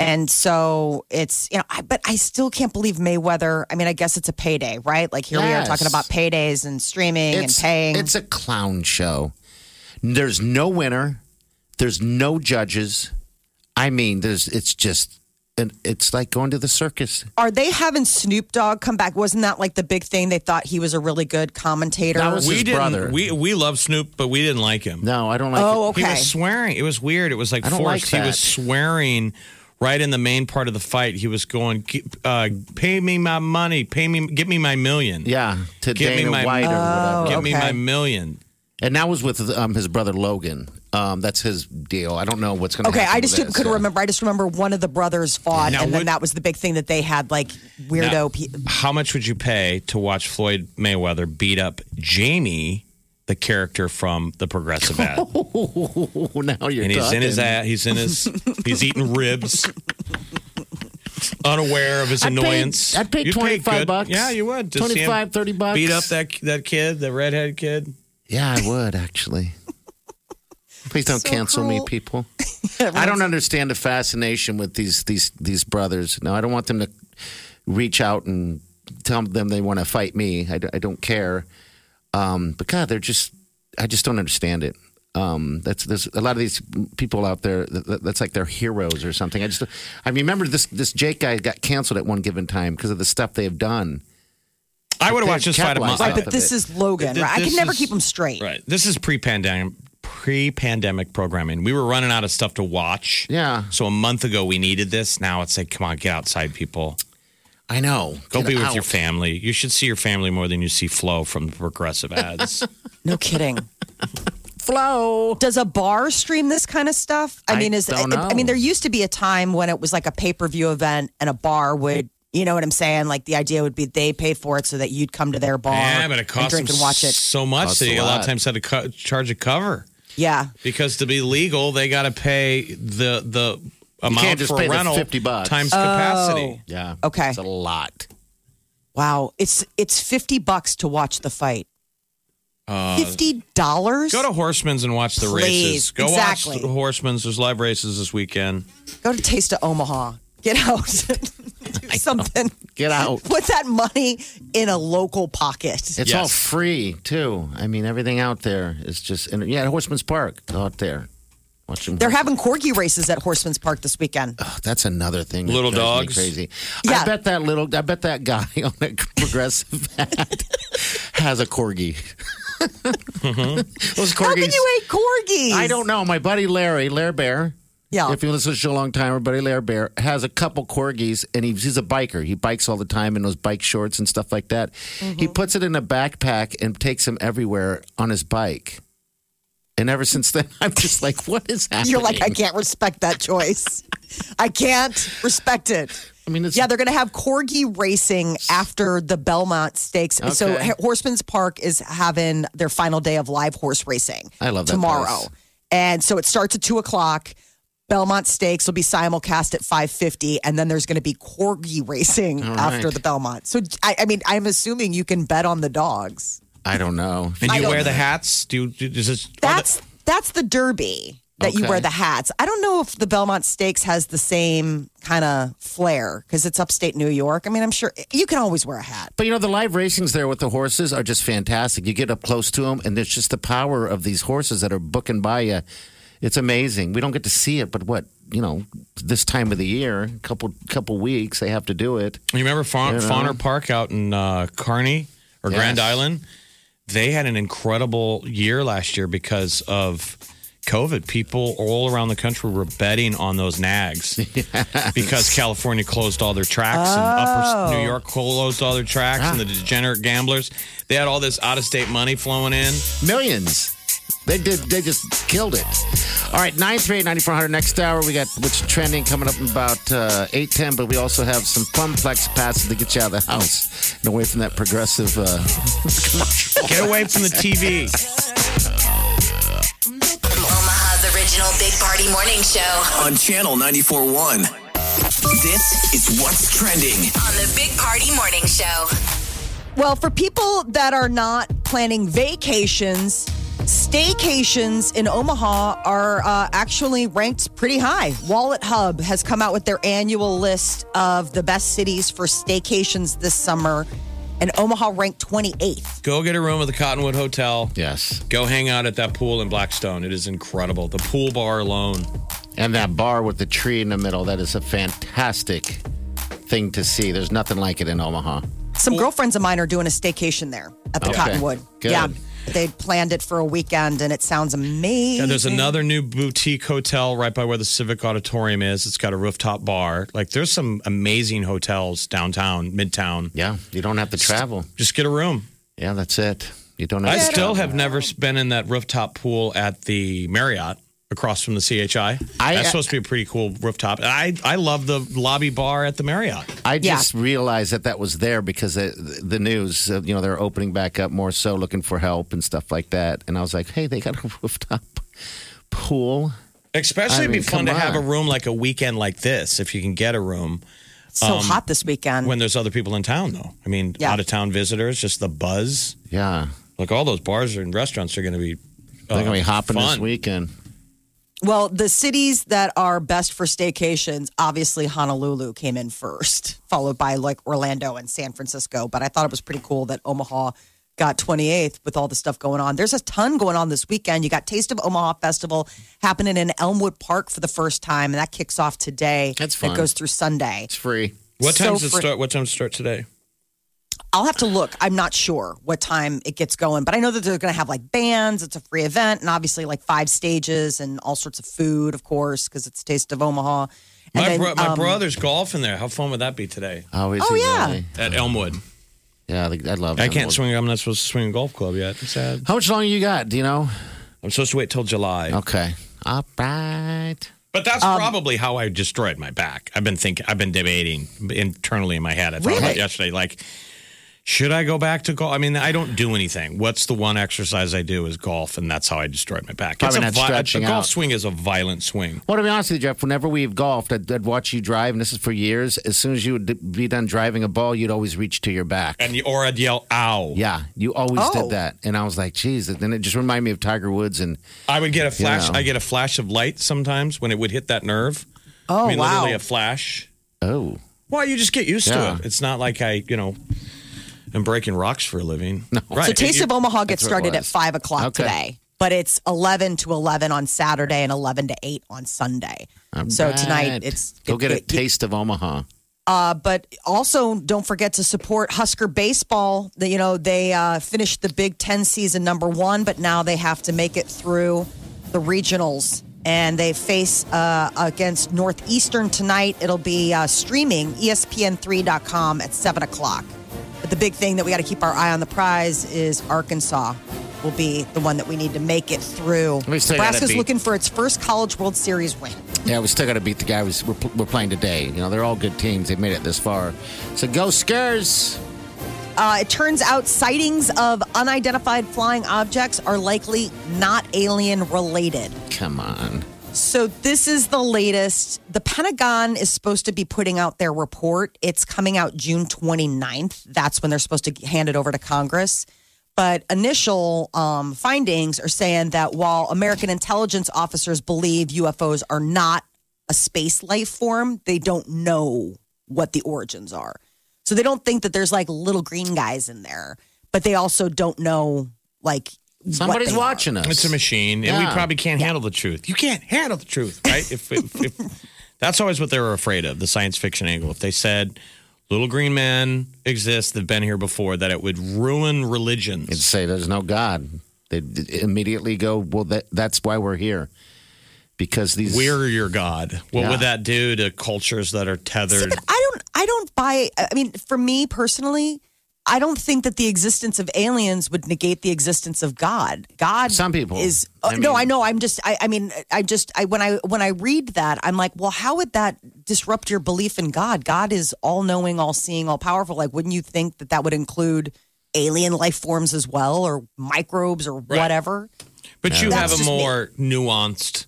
Speaker 4: And so it's you know, I, but I still can't believe Mayweather. I mean, I guess it's a payday, right? Like here we are
Speaker 6: Yes.
Speaker 4: talking about paydays and streaming and paying.
Speaker 6: It's a clown show. There's no winner. There's no judges. I mean, there's. It's just. And it's like going to the circus.
Speaker 4: Are they having Snoop Dogg come back? Wasn't that like the big thing? They thought he was a really good commentator.
Speaker 6: That was-
Speaker 5: we
Speaker 6: his
Speaker 5: didn't.
Speaker 6: brother.
Speaker 5: We we love Snoop, but we didn't like him.
Speaker 6: No, I don't like.
Speaker 4: oh,
Speaker 6: it.
Speaker 4: okay.
Speaker 5: He was swearing. It was weird. It was like
Speaker 6: I don't
Speaker 5: forced.
Speaker 6: like
Speaker 5: he was
Speaker 6: that.
Speaker 5: swearing right in the main part of the fight. He was going, "Gi- uh, "Pay me my money. Pay me. Give me my million.
Speaker 6: Yeah, to
Speaker 5: Give me
Speaker 6: Dana
Speaker 5: my-
Speaker 4: Oh.
Speaker 6: White or whatever.
Speaker 5: Give me
Speaker 4: okay.
Speaker 5: my million.
Speaker 6: And that was with um, his brother Logan. Um, that's his deal. I don't know what's going to
Speaker 4: Okay,
Speaker 6: happen.
Speaker 4: I
Speaker 6: with
Speaker 4: just
Speaker 6: this,
Speaker 4: couldn't
Speaker 6: yeah.
Speaker 4: remember. I just remember one of the brothers fought,
Speaker 5: Now,
Speaker 4: and then
Speaker 5: would-
Speaker 4: that was the big thing that they had like
Speaker 5: Now-
Speaker 4: weirdo. pe-
Speaker 5: How much would you pay to watch Floyd Mayweather beat up Jamie, the character from the Progressive ad?
Speaker 6: Oh, now you're
Speaker 5: and he's in his
Speaker 6: talking.
Speaker 5: ad, he's in his he's eating ribs. Unaware of his
Speaker 6: I'd pay-
Speaker 5: annoyance.
Speaker 6: I'd pay
Speaker 5: You'd
Speaker 6: 25
Speaker 5: good-
Speaker 6: bucks.
Speaker 5: Yeah, you would. to see him
Speaker 6: 25, 30 bucks.
Speaker 5: Beat up that that kid, that redhead kid.
Speaker 6: Yeah, I would actually. Please don't
Speaker 4: So
Speaker 6: cancel me,
Speaker 4: cruel.
Speaker 6: people. I don't understand the fascination with these these these brothers. No, I don't want them to reach out and tell them they want to fight me. I, d- I don't care. Um, but God, they're just I just don't understand it. Um, that's there's a lot of these people out there that, that- that's like their heroes or something. I just I remember this this Jake guy got canceled at one given time because of the stuff they have done.
Speaker 5: I would have
Speaker 6: They
Speaker 5: watched this fight a month.
Speaker 6: capitalized
Speaker 4: Right,
Speaker 6: off
Speaker 4: but
Speaker 6: of
Speaker 4: this
Speaker 6: it.
Speaker 4: is Logan.
Speaker 5: Th-
Speaker 4: Right? I
Speaker 5: this
Speaker 4: can never
Speaker 5: is-
Speaker 4: keep them straight.
Speaker 5: Right. This is pre-pandemic pre-pandemic programming. We were running out of stuff to watch.
Speaker 6: Yeah.
Speaker 5: So a month ago we needed this. Now it's like, come on, get outside, people.
Speaker 6: I know.
Speaker 5: Go
Speaker 6: Get
Speaker 5: be with
Speaker 6: out.
Speaker 5: your family. You should see your family more than you see Flo from the progressive ads.
Speaker 4: No kidding.
Speaker 6: Flo.
Speaker 4: Does a bar stream this kind of stuff? I,
Speaker 6: I
Speaker 4: mean, is
Speaker 6: don't
Speaker 4: I mean,
Speaker 6: know.
Speaker 4: there used to be a time when it was like a pay per view event, and a bar would, you know what I'm saying? Like the idea would be they pay for it so that you'd come to their bar,
Speaker 5: yeah, but it
Speaker 4: and
Speaker 5: costs
Speaker 4: drink
Speaker 5: them
Speaker 4: and watch it.
Speaker 5: so much
Speaker 6: Costs
Speaker 5: that
Speaker 6: a
Speaker 5: a lot of
Speaker 6: lot.
Speaker 5: times had to co- charge a cover
Speaker 4: Yeah,
Speaker 5: because to be legal, they got to pay the the amount
Speaker 6: can't just
Speaker 5: for
Speaker 6: pay the
Speaker 5: rental
Speaker 6: 50 bucks.
Speaker 5: times capacity.
Speaker 6: Yeah.
Speaker 4: Okay.
Speaker 6: It's a lot.
Speaker 4: wow, it's it's fifty bucks to watch the fight. Fifty dollars.
Speaker 5: Go to Horseman's and watch the races.
Speaker 4: Please,
Speaker 5: Go
Speaker 4: exactly.
Speaker 5: watch the Horseman's. There's live races this weekend.
Speaker 4: Go to Taste of Omaha. Get out. Do something.
Speaker 6: Get out.
Speaker 4: Put that money in a local pocket.
Speaker 6: It's
Speaker 5: Yes.
Speaker 6: all free too. I mean, everything out there is just and yeah, Horseman's Park out there. Watch them.
Speaker 4: They're having corgi races at Horseman's Park this weekend.
Speaker 6: Oh, that's another thing. that
Speaker 5: Little
Speaker 6: drives me
Speaker 5: dogs.
Speaker 6: crazy.
Speaker 4: Yeah.
Speaker 6: I bet that little. I bet that guy on that progressive hat has a corgi. Mm-hmm. Those corgis.
Speaker 4: How can you hate corgis?
Speaker 6: I don't know. My buddy Larry, Lair Bear.
Speaker 4: Yeah.
Speaker 6: If you listen to the show a long time, our buddy Lair Bear has a couple corgis and he's, he's a biker. He bikes all the time in those bike shorts and stuff like that.
Speaker 4: Mm-hmm.
Speaker 6: He puts it in a backpack and takes him everywhere on his bike. And ever since then, I'm just like, what is happening?
Speaker 4: You're like, I can't respect that choice. I can't respect it.
Speaker 6: I mean, it's,
Speaker 4: Yeah, they're going to have corgi racing after the Belmont Stakes. So
Speaker 6: Okay.
Speaker 4: H- Horseman's Park is having their final day of live horse racing.
Speaker 6: I love that
Speaker 4: tomorrow,
Speaker 6: place.
Speaker 4: and so it starts at two o'clock. Belmont Stakes will be simulcast at five fifty, and then there's going to be corgi racing
Speaker 6: All
Speaker 4: after
Speaker 6: right.
Speaker 4: the Belmont. So I, I mean, I'm assuming you can bet on the dogs.
Speaker 6: I don't know.
Speaker 5: And
Speaker 4: I
Speaker 5: you
Speaker 4: don't
Speaker 5: wear
Speaker 4: know.
Speaker 5: the hats? Do you do- does this? are the-
Speaker 4: That's that's the Derby that you
Speaker 6: Okay.
Speaker 4: wear the hats. I don't know if the Belmont Stakes has the same kind of flair because it's upstate New York. I mean, I'm sure you can always wear a hat.
Speaker 6: But you know, the live racings there with the horses are just fantastic. You get up close to them, and there's just the power of these horses that are booking by you. It's amazing. We don't get to see it, but what you know, this time of the year, couple couple weeks, they have to do it.
Speaker 5: You remember Faun- Fauner Park out in uh, Kearney or Grand
Speaker 6: Yes.
Speaker 5: Island? They had an incredible year last year because of COVID. People all around the country were betting on those nags because California closed all their tracks and Upper New
Speaker 4: Oh.
Speaker 5: York closed all their tracks and the degenerate gamblers. They had all this out of state money flowing in.
Speaker 6: Millions. They did. They just killed it. All right, nine three eight ninety four hundred. Next hour, we got what's trending coming up in about uh, eight ten. But we also have some funplex passes to get you out of the house and away from that progressive. Uh,
Speaker 5: Get away from the TV.
Speaker 2: Omaha's original Big Party Morning Show
Speaker 3: On Channel 94.1. This is what's trending.
Speaker 2: on the Big Party Morning Show.
Speaker 4: Well, for people that are not planning vacations, staycations in Omaha are uh, actually ranked pretty high. Wallet Hub has come out with their annual list of the best cities for staycations this summer, and Omaha ranked 28th.
Speaker 5: Go get a room at the Cottonwood Hotel.
Speaker 6: yes.
Speaker 5: Go hang out at that pool in Blackstone. It is incredible. The pool bar alone.
Speaker 6: And that bar with the tree in the middle, that is a fantastic thing to see. There's nothing like it in Omaha.
Speaker 4: Some girlfriends of mine are doing a staycation there at the
Speaker 6: Okay.
Speaker 4: Cottonwood.
Speaker 6: Good.
Speaker 4: Yeah. They planned it for a weekend and it sounds amazing.
Speaker 5: Yeah, there's another new boutique hotel right by where the Civic Auditorium is. It's got a rooftop bar. Like, there's some amazing hotels downtown, midtown.
Speaker 6: Yeah, you don't have to travel.
Speaker 5: Just get a room.
Speaker 6: Yeah, that's it. You don't.
Speaker 5: I
Speaker 6: to
Speaker 5: still
Speaker 6: travel.
Speaker 5: have never been in that rooftop pool at the Marriott across from the CHI.
Speaker 6: I-
Speaker 5: That's supposed to be a pretty cool rooftop. And I I love the lobby bar at the Marriott.
Speaker 6: I
Speaker 4: Yeah.
Speaker 6: just realized that that was there because the, the news, uh, you know, they're opening back up more so, looking for help and stuff like that. And I was like, hey, they got a rooftop pool.
Speaker 5: Especially
Speaker 6: I
Speaker 5: it'd be
Speaker 6: mean,
Speaker 5: fun to
Speaker 6: come
Speaker 5: have a
Speaker 6: on.
Speaker 5: room like a weekend like this if you can get a room
Speaker 4: So hot this weekend.
Speaker 5: um, when there's other people in town though. I mean,
Speaker 4: Yeah.
Speaker 5: out of town visitors, just the buzz.
Speaker 6: Yeah.
Speaker 5: Like all those bars and restaurants are going to be uh,
Speaker 6: They're going to be hopping
Speaker 5: Oh, fun.
Speaker 6: this weekend.
Speaker 4: well, the cities that are best for staycations, obviously Honolulu came in first, followed by like Orlando and San Francisco. But I thought it was pretty cool that Omaha got 28th with all the stuff going on. There's a ton going on this weekend. You got Taste of Omaha Festival happening in Elmwood Park for the first time, and that kicks off today.
Speaker 6: That's
Speaker 4: That
Speaker 6: fun.
Speaker 4: goes through Sunday.
Speaker 6: It's free.
Speaker 5: What
Speaker 4: So
Speaker 5: time does it
Speaker 4: fr-
Speaker 5: start? What time does it start today?
Speaker 4: I'll have to look. I'm not sure what time it gets going, but I know that they're going to have like bands. It's a free event, and obviously like five stages and all sorts of food, of course, because it's Taste of Omaha. And
Speaker 5: My,
Speaker 4: then,
Speaker 5: bro- my
Speaker 4: um,
Speaker 5: brother's golfing there. How fun would that be today
Speaker 6: Oh, is
Speaker 4: Oh,
Speaker 6: it
Speaker 4: yeah.
Speaker 6: really?
Speaker 5: at Elmwood?
Speaker 6: Yeah, I- I love
Speaker 5: I
Speaker 6: that
Speaker 5: can't
Speaker 6: one.
Speaker 5: swing. I'm not supposed to swing a golf club yet. I'm sad.
Speaker 6: How much longer you got? Do you know?
Speaker 5: I'm supposed to wait till July.
Speaker 6: Okay. All right.
Speaker 5: But that's
Speaker 6: Um,
Speaker 5: probably how I destroyed my back. I've been thinking, I've been debating internally in my head. I thought about
Speaker 4: Really?
Speaker 5: it yesterday, like, should I go back to golf? I mean, I don't do anything. What's the one exercise I do is golf, and that's how I destroyed my back.
Speaker 6: Probably
Speaker 5: a
Speaker 6: not stretching
Speaker 5: a golf
Speaker 6: out.
Speaker 5: swing is a violent swing.
Speaker 6: Well, to be honest with you, Jeff, whenever we've golfed, I'd, I'd watch you drive, and this is for years. As soon as you would d- be done driving a ball, you'd always reach to your back.
Speaker 5: And you, or I'd yell, ow.
Speaker 6: yeah, you always
Speaker 4: Oh.
Speaker 6: did that, and I was like, "Geez!" And it just reminded me of Tiger Woods, and
Speaker 5: I would get a flash.
Speaker 6: Yeah.
Speaker 5: I get a flash of light sometimes when it would hit that nerve.
Speaker 4: Oh
Speaker 5: I mean,
Speaker 4: wow!
Speaker 5: literally a flash.
Speaker 6: oh,
Speaker 5: Well, you just get used
Speaker 6: Yeah.
Speaker 5: to it. It's not like I, you know, am breaking rocks for a living. No. Right.
Speaker 4: so Taste
Speaker 5: You-
Speaker 4: of Omaha
Speaker 6: that's
Speaker 4: gets
Speaker 6: what it
Speaker 4: started at
Speaker 6: was.
Speaker 4: five o'clock
Speaker 6: Okay.
Speaker 4: today, but it's eleven to eleven on Saturday and eleven to eight on Sunday.
Speaker 6: All
Speaker 4: so
Speaker 6: right.
Speaker 4: tonight it's
Speaker 6: go get a
Speaker 4: it-
Speaker 6: taste of Omaha.
Speaker 4: Uh, but also, don't forget to support Husker baseball. That you know they uh, finished the Big Ten season number one, but now they have to make it through the regionals, and they face uh, against Northeastern tonight. It'll be uh, streaming ESPN3.com at seven o'clock. But the big thing that we got to keep our eye on the prize is Arkansas will be the one that we need to make it through.
Speaker 6: We still gotta
Speaker 4: Nebraska's
Speaker 6: beat-
Speaker 4: looking for its first College World Series win.
Speaker 6: Yeah, we still got to beat the guy we're, we're playing today. You know, they're all good teams. They've made it this far. So go Scars.
Speaker 4: Uh, it turns out sightings of unidentified flying objects are likely not alien related.
Speaker 6: Come on.
Speaker 4: So, this is the latest. The Pentagon is supposed to be putting out their report. It's coming out June 29th. That's when they're supposed to hand it over to Congress. But initial um, findings are saying that while American intelligence officers believe UFOs are not a space life form, they don't know what the origins are. So, they don't think that there's like little green guys in there, but they also don't know, like, what
Speaker 6: Somebody's
Speaker 4: they are.
Speaker 6: watching us.
Speaker 5: It's a machine, and we
Speaker 6: Yeah.
Speaker 5: probably can't handle the truth. You can't handle the truth, right? if, if, if that's always what they were afraid of, the science fiction angle. If they said little green men exist, they've been here before, that it would ruin religions.
Speaker 6: They'd say there's no God. They'd immediately go, well, that, that's why we're here. Because these.
Speaker 5: we're your god. What would
Speaker 6: Yeah.
Speaker 5: that do to cultures that are tethered?
Speaker 4: But I don't I don't buy I mean for me personally I don't think that the existence of aliens would negate the existence of God. God
Speaker 6: Some people.
Speaker 4: is oh,
Speaker 6: I
Speaker 4: no,
Speaker 6: mean-
Speaker 4: I know. I'm just. I, I mean, I just. I when I when I read that, I'm like, well, how would that disrupt your belief in God? God is all knowing, all seeing, all powerful. Like, wouldn't you think that that would include alien life forms as well, or microbes, or whatever?
Speaker 5: But you have
Speaker 4: That's
Speaker 5: a
Speaker 4: just me.
Speaker 5: more nuanced,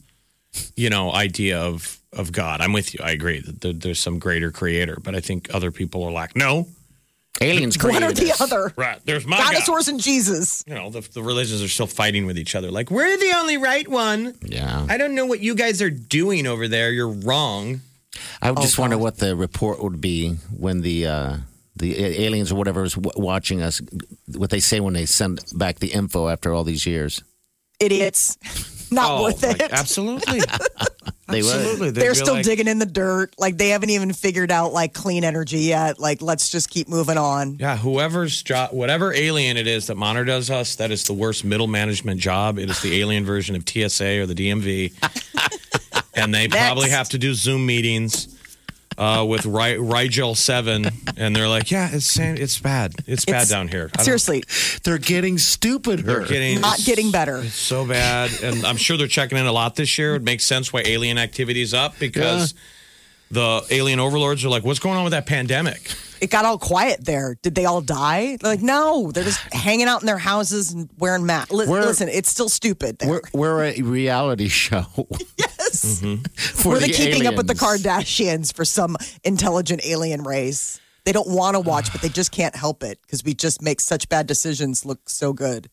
Speaker 5: you know, idea of of God. I'm with you. I agree that there, there's some greater creator, but I think other people are like, no,
Speaker 6: Aliens
Speaker 4: One
Speaker 6: created
Speaker 4: or the
Speaker 6: us.
Speaker 4: other.
Speaker 5: right? There's my God.
Speaker 4: Dinosaurs and Jesus.
Speaker 5: you know, the, the religions are still fighting with each other. Like, we're the only right one.
Speaker 6: Yeah.
Speaker 5: I don't know what you guys are doing over there. You're wrong.
Speaker 4: Oh,
Speaker 6: I would just wonder what the report would be when the. Uh, the a- aliens or whatever is w- watching us, what they say when they send back the info after all these years.
Speaker 4: Idiots. Not
Speaker 6: Oh
Speaker 4: worth
Speaker 5: Oh, like,
Speaker 4: it.
Speaker 5: Absolutely.
Speaker 6: They would.
Speaker 5: absolutely. They'd
Speaker 4: they're
Speaker 5: be
Speaker 4: still
Speaker 5: like,
Speaker 4: digging in the dirt. Like they haven't even figured out like clean energy yet. Like let's just keep moving on.
Speaker 5: Yeah, whoever's job, whatever alien it is that monitors us, that is the worst middle management job. It is the alien version of TSA or the DMV. and they probably have to do Zoom meetings uh, with Ry- Rigel Seven, and they're like, "Yeah, it's same, it's bad. It's, bad down here. I don't-
Speaker 4: Seriously,
Speaker 6: They're getting stupider.
Speaker 5: they're getting
Speaker 4: not getting better.
Speaker 5: so bad, and I'm sure they're checking in a lot this year. It makes sense why alien activity's up because the alien overlords are like, "What's going on with that pandemic?"
Speaker 4: It got all quiet there. Did they all die? Like, no, they're just hanging out in their houses and wearing masks. Li-
Speaker 6: We're-
Speaker 4: listen, it's still stupid there.
Speaker 6: We're, we're a reality show.
Speaker 5: Mm-hmm.
Speaker 4: yes.
Speaker 6: For
Speaker 4: We're the, keeping up with the
Speaker 6: aliens.
Speaker 4: Kardashians for some intelligent alien race. They don't want to watch, but they just can't help it because we just make such bad decisions look so good.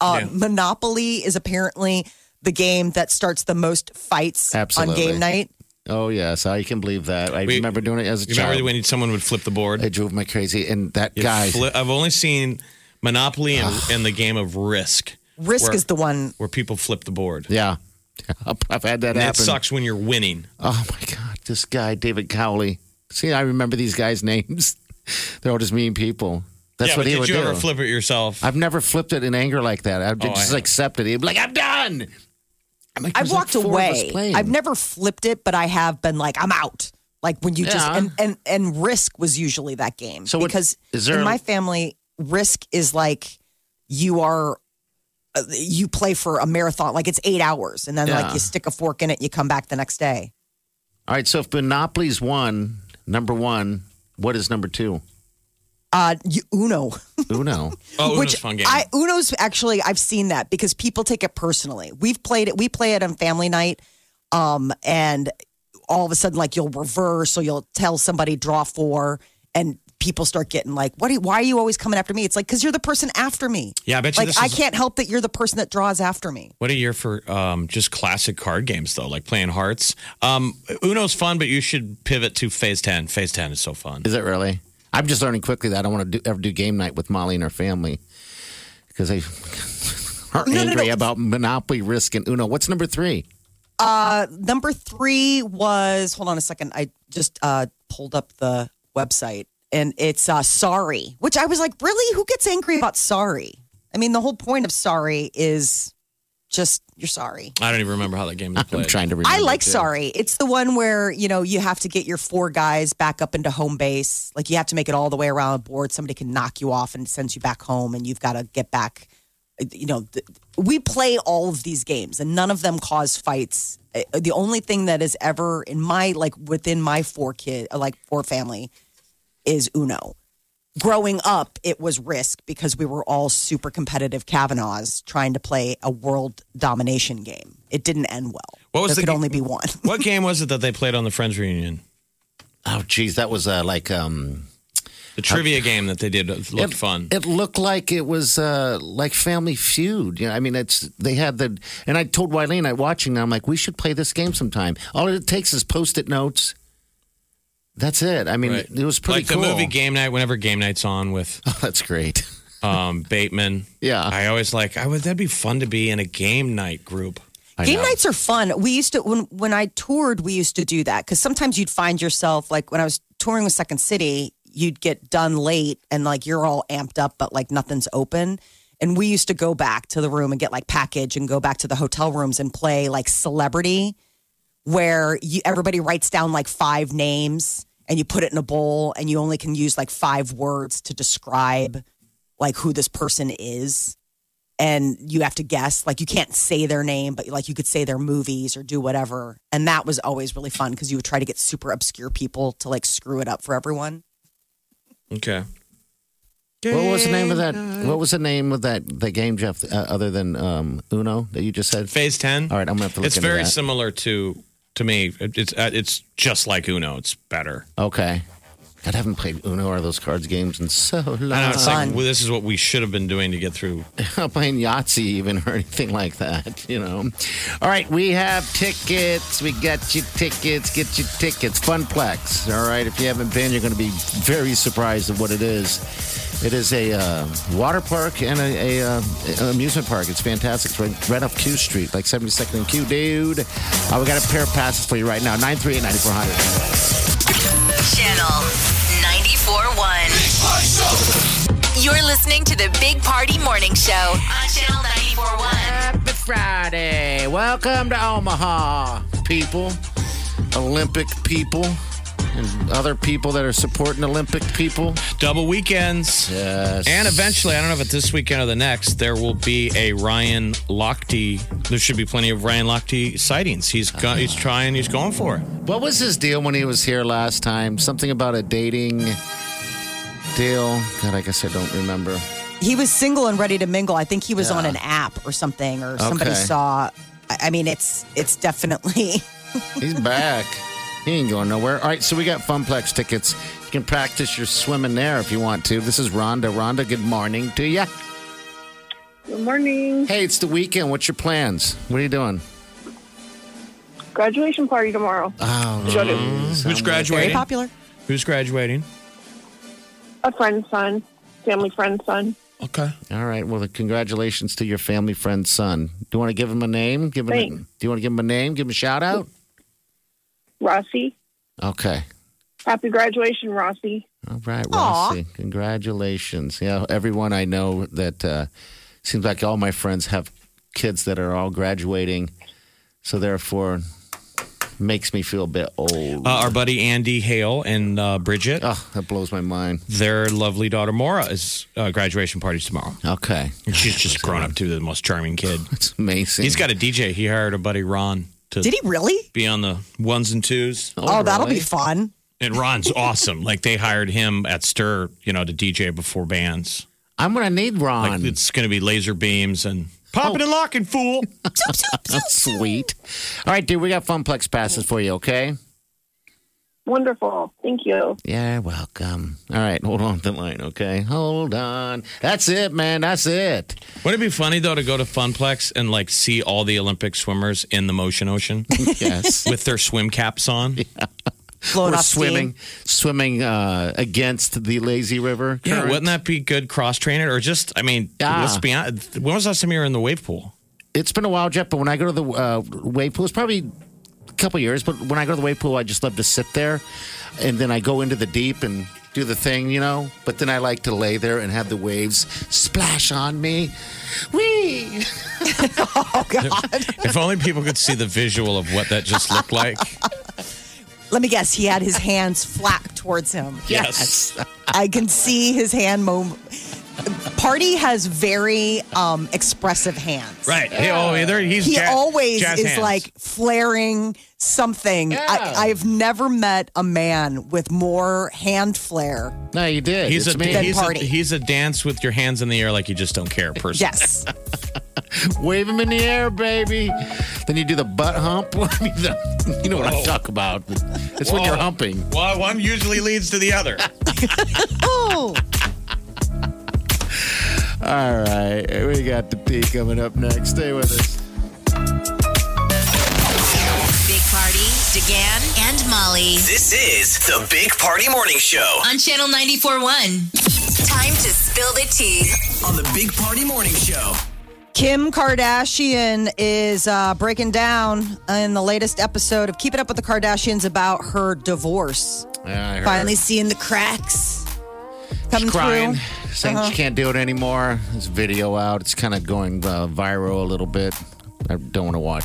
Speaker 4: Uh,
Speaker 5: Yeah.
Speaker 4: Monopoly is apparently the game that starts the most fights on
Speaker 6: Absolutely.
Speaker 4: game night.
Speaker 6: Oh yes, I can believe that. I
Speaker 5: We-
Speaker 6: remember doing it as a
Speaker 5: You
Speaker 6: child.
Speaker 5: remember when someone would flip the board?
Speaker 6: it drove me crazy, and that
Speaker 5: It
Speaker 6: guy.
Speaker 5: fli- I've only seen Monopoly and, and the game of Risk,
Speaker 4: Risk
Speaker 5: Where-
Speaker 4: is the one.
Speaker 5: where people flip the board.
Speaker 6: yeah, I've had that
Speaker 5: And
Speaker 6: happen.
Speaker 5: that sucks when you're winning.
Speaker 6: Oh my God, this guy, David Cowley. See, I remember these guys' names. They're all just mean people. That's
Speaker 5: yeah,
Speaker 6: what
Speaker 5: but
Speaker 6: he
Speaker 5: did
Speaker 6: would
Speaker 5: you
Speaker 6: do.
Speaker 5: ever flip it yourself?
Speaker 6: I've never flipped it in anger like that. I've
Speaker 5: Oh, I
Speaker 6: just
Speaker 5: have.
Speaker 6: accepted it. He'd be like, I'm done. I'm like,
Speaker 4: I've
Speaker 6: "There's like
Speaker 4: walked
Speaker 6: four of us
Speaker 4: away.
Speaker 6: playing."
Speaker 4: I've never flipped it, but I have been like, I'm out. Like when you just
Speaker 6: Yeah.
Speaker 4: and, and and Risk was usually that game.
Speaker 6: So what-
Speaker 4: because
Speaker 6: is there
Speaker 4: in
Speaker 6: a-
Speaker 4: my family, Risk is like you are uh, you play for a marathon, like it's eight hours, and then like
Speaker 6: Yeah.
Speaker 4: you stick a fork in it, and you come back the next day.
Speaker 6: All right, so if Monopoly's one, number one, what is number two?
Speaker 4: Uh, you, Uno.
Speaker 6: Uno.
Speaker 5: Oh, it was
Speaker 4: Which
Speaker 5: a fun game.
Speaker 4: I Uno's actually I've seen that because people take it personally. We've played it. We play it on family night, um, and all of a sudden, like you'll reverse or you'll tell somebody draw four, and people start getting like, "What? Are you, why are you always coming after me?" It's like because you're the person after me.
Speaker 5: Yeah, I bet you
Speaker 4: Like
Speaker 5: this
Speaker 4: I
Speaker 5: is-
Speaker 4: can't help that you're the person that draws after me.
Speaker 5: What a year for um, just classic card games, though, like playing Hearts. Um, Uno's fun, but you should pivot to Phase 10. Phase 10 is so fun.
Speaker 6: Is it really? I'm just learning quickly that I don't want to do, ever do game night with Molly and her family because they are
Speaker 4: No, no,
Speaker 6: angry
Speaker 4: no.
Speaker 6: about Monopoly, Risk, and Uno. What's number three?
Speaker 4: Number three was hold on a second. I just uh, pulled up the website and it's uh, sorry, which I was like, really? Who gets angry about sorry? I mean, the whole point of sorry is just you're sorry.
Speaker 5: I don't even remember how that game is
Speaker 6: I'm
Speaker 5: played.
Speaker 6: trying to remember.
Speaker 4: I like
Speaker 6: too.
Speaker 4: sorry. It's the one where you know you have to get your four guys back up into home base. Like you have to make it all the way around the board. Somebody can knock you off and sends you back home, and you've got to get back. You know, th- we play all of these games, and none of them cause fights. Uh, The only thing that is ever in my like within my four kid like four family is Uno. Growing up, it was risk because we were all super competitive Kavanaughs trying to play a world domination game. It didn't end well.
Speaker 5: What was
Speaker 4: there
Speaker 5: the
Speaker 4: could
Speaker 5: ga-
Speaker 4: only be one.
Speaker 5: What game was it that they played on the Friends reunion?
Speaker 6: Oh, geez, that was uh, like um,
Speaker 5: The trivia game that they did looked fun.
Speaker 6: It looked like it was uh, like Family Feud. You know, I mean, it's they had the and I told Wileen I watching. And I'm like, we should play this game sometime. All it takes is post-it notes. That's it. I mean,
Speaker 5: Right.
Speaker 6: it was pretty
Speaker 5: like
Speaker 6: cool.
Speaker 5: the movie Game Night. Whenever Game Night's on with
Speaker 6: Oh, that's great.
Speaker 5: um, Bateman,
Speaker 6: Yeah.
Speaker 5: I always like. I would. That'd be fun to be in a game night group.
Speaker 6: I
Speaker 4: Game
Speaker 6: know.
Speaker 4: nights are fun. We used to when when I toured, we used to do that because sometimes you'd find yourself like when I was touring with Second City, you'd get done late and like you're all amped up, but like nothing's open. And we used to go back to the room and get like package and go back to the hotel rooms and play like celebrity, where you, everybody writes down like five names and you put it in a bowl and you only can use like five words to describe like who this person is and you have to guess like you can't say their name but like you could say their movies or do whatever and that was always really fun because you would try to get super obscure people to like screw it up for everyone
Speaker 5: Okay.
Speaker 6: What was the name of that? What was the name of that the game, Jeff? Uh, other than um, Uno that you just said.
Speaker 5: Phase ten.
Speaker 6: All right, I'm gonna have to look
Speaker 5: It's
Speaker 6: into
Speaker 5: very
Speaker 6: that.
Speaker 5: similar to to me. It- It's uh, it's just like Uno. It's better.
Speaker 6: Okay. God, I haven't played Uno or those cards games in so long.
Speaker 5: I know it's
Speaker 4: Fun.
Speaker 5: like well, this is what we should have been doing to get through.
Speaker 6: not playing Yahtzee even or anything like that, you know. All right, we have tickets. We got you tickets. Get you tickets. Funplex. All right, if you haven't been, you're going to be very surprised at what it is. It is a uh, water park and a, a uh, an amusement park. It's fantastic. It's right, right off Q Street, like 72nd and Q, dude. Uh, we got a pair of passes for you right now. 938 9400.
Speaker 2: Channel 94.1. You're listening to the Big Party Morning Show on Channel 94.1.
Speaker 6: Happy Friday. Welcome to Omaha, people. Olympic people. and other people that are supporting Olympic people.
Speaker 5: Double weekends.
Speaker 6: Yes.
Speaker 5: And eventually, I don't know if it's this weekend or the next, there will be a Ryan Lochte. There should be plenty of Ryan Lochte sightings. He's go- he's trying. He's going for it.
Speaker 6: What was his deal when he was here last time? Something about a dating deal. God, I guess I don't remember.
Speaker 4: He was single and ready to mingle. I think he was on an app or something, or somebody
Speaker 6: Okay.
Speaker 4: saw. I I mean, it's it's definitely.
Speaker 6: He's back. He ain't going nowhere. All right, so we got Funplex tickets. You can practice your swimming there if you want to. This is Rhonda. Rhonda, good morning to you.
Speaker 7: Good morning.
Speaker 6: Hey, it's the weekend. What's your plans? What are you doing?
Speaker 7: Graduation party tomorrow.
Speaker 6: Oh,
Speaker 7: Go to
Speaker 5: Who's
Speaker 4: Very
Speaker 5: graduating?
Speaker 4: popular.
Speaker 5: Who's graduating?
Speaker 7: a friend's son, family friend's son.
Speaker 5: Okay.
Speaker 6: all right. Well, congratulations to your family friend's son. Do you want to give him a name? Give him. A,
Speaker 7: Thanks.
Speaker 6: do you want to give him a name? Give him a shout out.
Speaker 7: Rossi.
Speaker 6: Okay.
Speaker 7: Happy graduation, Rossi.
Speaker 6: All right, Rossi. Congratulations. Yeah, everyone I know that uh, seems like all my friends have kids that are all graduating. So therefore, makes me feel a bit old.
Speaker 5: Uh, our buddy Andy Hale and uh, Bridget,
Speaker 6: oh, that blows my mind.
Speaker 5: their lovely daughter Mora is uh, graduation parties tomorrow.
Speaker 6: Okay.
Speaker 5: And she's just grown up to the most charming kid.
Speaker 6: It's amazing.
Speaker 5: He's got a DJ. He hired a buddy Ron to
Speaker 4: Did he really?
Speaker 5: be on the ones and twos.
Speaker 4: Oh, that'll be
Speaker 6: really?
Speaker 4: fun.
Speaker 5: And Ron's awesome. Like they hired him at Stir, you know, to DJ before bands.
Speaker 6: I'm going to need Ron.
Speaker 5: Like it's going to be laser beams and popping and locking, fool.
Speaker 6: That's sweet. All right, dude, we got Funplex passes for you, okay?
Speaker 7: Wonderful. Thank you.
Speaker 6: Yeah, welcome. All right, hold on the line, okay? Hold on. That's it, man. That's it.
Speaker 5: Wouldn't it be funny though to go to Funplex and like see all the Olympic swimmers in the motion ocean
Speaker 6: Yes.
Speaker 5: with their swim caps on?
Speaker 4: Blowing
Speaker 6: We're
Speaker 4: off steam.
Speaker 6: swimming, swimming uh, against the lazy river.
Speaker 5: Yeah,
Speaker 6: current.
Speaker 5: wouldn't that be good cross training? Or just, I mean,
Speaker 6: Yeah.
Speaker 5: let's be honest. When was the last time you were in the wave pool?
Speaker 6: it's been a while, Jeff. But when I go to the uh, wave pool, it's probably a couple years. But when I go to the wave pool, I just love to sit there, and then I go into the deep and do the thing, you know. But then I like to lay there and have the waves splash on me. Wee.
Speaker 4: Oh God!
Speaker 5: If only people could see the visual of what that just looked like.
Speaker 4: Let me guess. He had his hands flap towards him.
Speaker 5: Yes.
Speaker 4: I can see his hand move. Party has very um, expressive hands.
Speaker 5: Right. Hey, oh, hey, there, he's
Speaker 4: He
Speaker 5: ja-
Speaker 4: always
Speaker 5: jazz
Speaker 4: is
Speaker 5: hands.
Speaker 4: like flaring something.
Speaker 6: Yeah.
Speaker 4: I, I've never met a man with more hand flare.
Speaker 6: No, you did.
Speaker 5: He's
Speaker 6: It's
Speaker 5: a,
Speaker 6: me.
Speaker 4: Then
Speaker 5: he's, a,
Speaker 4: party.
Speaker 5: he's a dance with your hands in the air like you just don't care person.
Speaker 4: Yes.
Speaker 6: wave him in the air, baby. Then you do the butt hump. I mean, the- you know what I
Speaker 5: Whoa.
Speaker 6: talk about. It's when
Speaker 5: Whoa.
Speaker 6: you're humping.
Speaker 5: Well, one usually leads to the other.
Speaker 4: oh,
Speaker 6: All right, we got the P coming up next. Stay with us.
Speaker 2: Big Party, DeGan, and Molly
Speaker 3: This is the Big Party Morning Show
Speaker 2: on Channel 94.1. Time to spill the tea.
Speaker 3: on the Big Party Morning Show.
Speaker 4: Kim Kardashian is uh, breaking down in the latest episode of Keep It Up with the Kardashians about her divorce.
Speaker 6: Yeah, I heard.
Speaker 4: Finally seeing the cracks coming
Speaker 6: She's crying,
Speaker 4: through. Uh-huh.
Speaker 6: saying she can't do it anymore. This video out, it's kind of going uh, viral a little bit. I don't want to watch.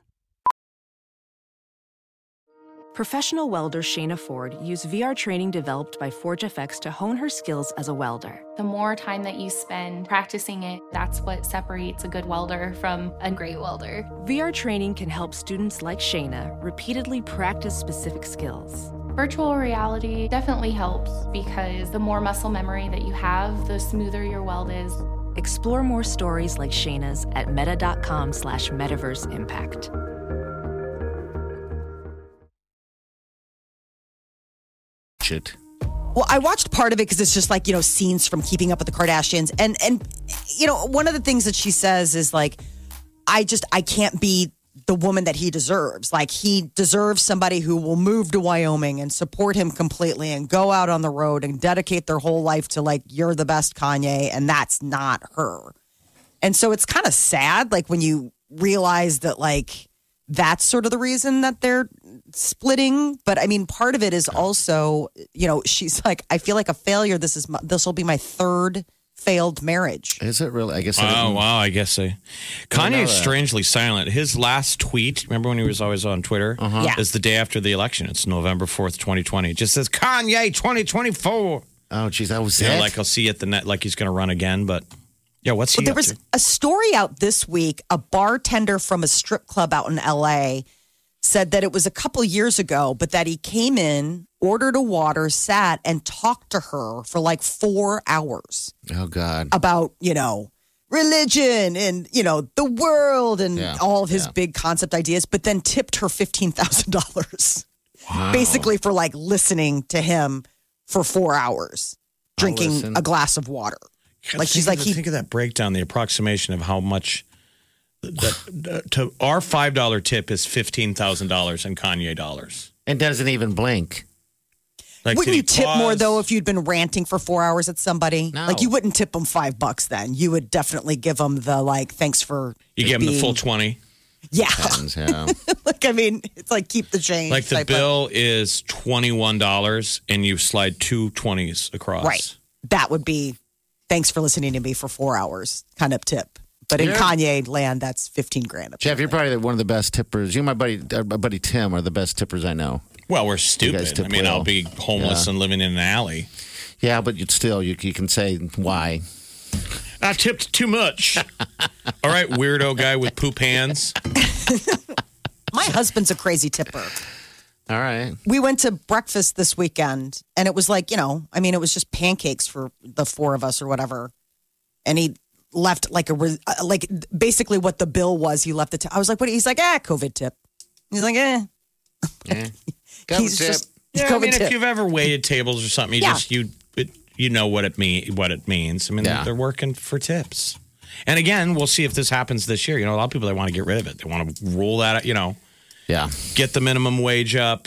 Speaker 8: Professional welder Shayna Ford used VR training developed by ForgeFX to hone her skills as a welder.
Speaker 9: The more time that you spend practicing it, that's what separates a good welder from a great welder.
Speaker 8: VR training can help students like Shayna repeatedly practice specific skills.
Speaker 9: Virtual reality definitely helps because the more muscle memory that you have, the smoother your weld is.
Speaker 8: Explore more stories like Shayna's at meta.com slash metaverse impact.
Speaker 6: it.
Speaker 4: Well, I watched part of it because it's just like you know scenes from Keeping Up with the Kardashians, and and you know one of the things that she says is like, I just I can't be the the woman that he deserves. Like he deserves somebody who will move to Wyoming and support him completely and go out on the road and dedicate their whole life to like you're the best Kanye and that's not her. And so it's kind of sad like when you realize that like that's sort of the reason that they're splitting, but I mean part of it is also, you know, she's like I feel like a failure this is this will be my third failed marriage.
Speaker 6: Is it really? I guess. I
Speaker 5: Oh
Speaker 6: didn't-
Speaker 5: wow, I guess so.
Speaker 6: Didn't know
Speaker 5: Kanye is
Speaker 6: that.
Speaker 5: strangely silent. His last tweet, remember when he was always on Twitter, uh-huh.
Speaker 4: Yeah.
Speaker 5: is the day after the election. It's November fourth, twenty twenty. It just says Kanye twenty twenty four.
Speaker 6: Oh geez, that was
Speaker 5: you know,
Speaker 6: it?
Speaker 5: like I'll see you at the net, like he's going to run again. But yeah, what's he
Speaker 4: Well, there
Speaker 5: up
Speaker 4: was
Speaker 5: to?
Speaker 4: a story out this week. A bartender from a strip club out in LA said that it was a couple years ago, but that he came in, ordered a water, sat, and talked to her for like four hours
Speaker 6: Oh God.
Speaker 4: about, you know, religion and, you know, the world and
Speaker 6: Yeah,
Speaker 4: all of his
Speaker 6: yeah.
Speaker 4: big concept ideas, but then tipped her $15,000 basically for like listening to him for four hours, drinking
Speaker 5: listen.
Speaker 4: a glass of water.
Speaker 5: God,
Speaker 4: like she's
Speaker 5: think
Speaker 4: like,
Speaker 5: of,
Speaker 4: he
Speaker 5: think of that breakdown, the approximation of how much. That, to our five dollar tip is fifteen thousand dollars in Kanye dollars.
Speaker 6: And doesn't even blink.
Speaker 5: Like,
Speaker 4: wouldn't
Speaker 5: did
Speaker 4: you
Speaker 5: he
Speaker 4: tip more
Speaker 5: pause?
Speaker 4: though if you'd been ranting for four hours at somebody?
Speaker 6: No.
Speaker 4: Like you wouldn't tip them five bucks then. You would definitely give them the like, thanks for
Speaker 5: You give him the
Speaker 4: being-
Speaker 5: full twenty.
Speaker 4: Yeah,
Speaker 6: Depends, yeah.
Speaker 4: like I mean, it's like keep the change.
Speaker 5: Like the
Speaker 4: type
Speaker 5: bill is twenty one dollars, and you slide two twenties
Speaker 4: of,
Speaker 5: across.
Speaker 4: right? That would be thanks for listening to me for four hours kind of tip. But in
Speaker 6: Yeah.
Speaker 4: Kanye land, that's fifteen grand.
Speaker 6: Jeff, you're probably one of the best tippers. You and my buddy, uh, my buddy Tim, are the best tippers I know.
Speaker 5: Well, we're
Speaker 6: guys
Speaker 5: stupid.
Speaker 6: tip
Speaker 5: I mean,
Speaker 6: well.
Speaker 5: I'll be homeless
Speaker 6: Yeah.
Speaker 5: and living in an alley.
Speaker 6: Yeah, but you still, you, you can say why.
Speaker 5: I tipped too much. All right, weirdo guy with poop hands.
Speaker 4: My husband's a crazy tipper.
Speaker 6: All right.
Speaker 4: we went to breakfast this weekend and it was like, you know, I mean, it was just pancakes for the four of us or whatever. And he left like a, re- uh, like basically what the bill was. He left the, t- I was like, what? He's like, ah, COVID tip. He's like, eh.
Speaker 6: Yeah.
Speaker 4: He's just,
Speaker 5: Yeah, I
Speaker 4: COVID
Speaker 5: mean, if
Speaker 4: tip.
Speaker 5: you've ever waited tables or something, you
Speaker 4: Yeah.
Speaker 5: just you it, you know what it mean what it means. I mean,
Speaker 6: Yeah.
Speaker 5: they're working for tips. And again, we'll see if this happens this year. You know, a lot of people they want to get rid of it. They want to roll that. out, You know,
Speaker 6: yeah.
Speaker 5: get the minimum wage up.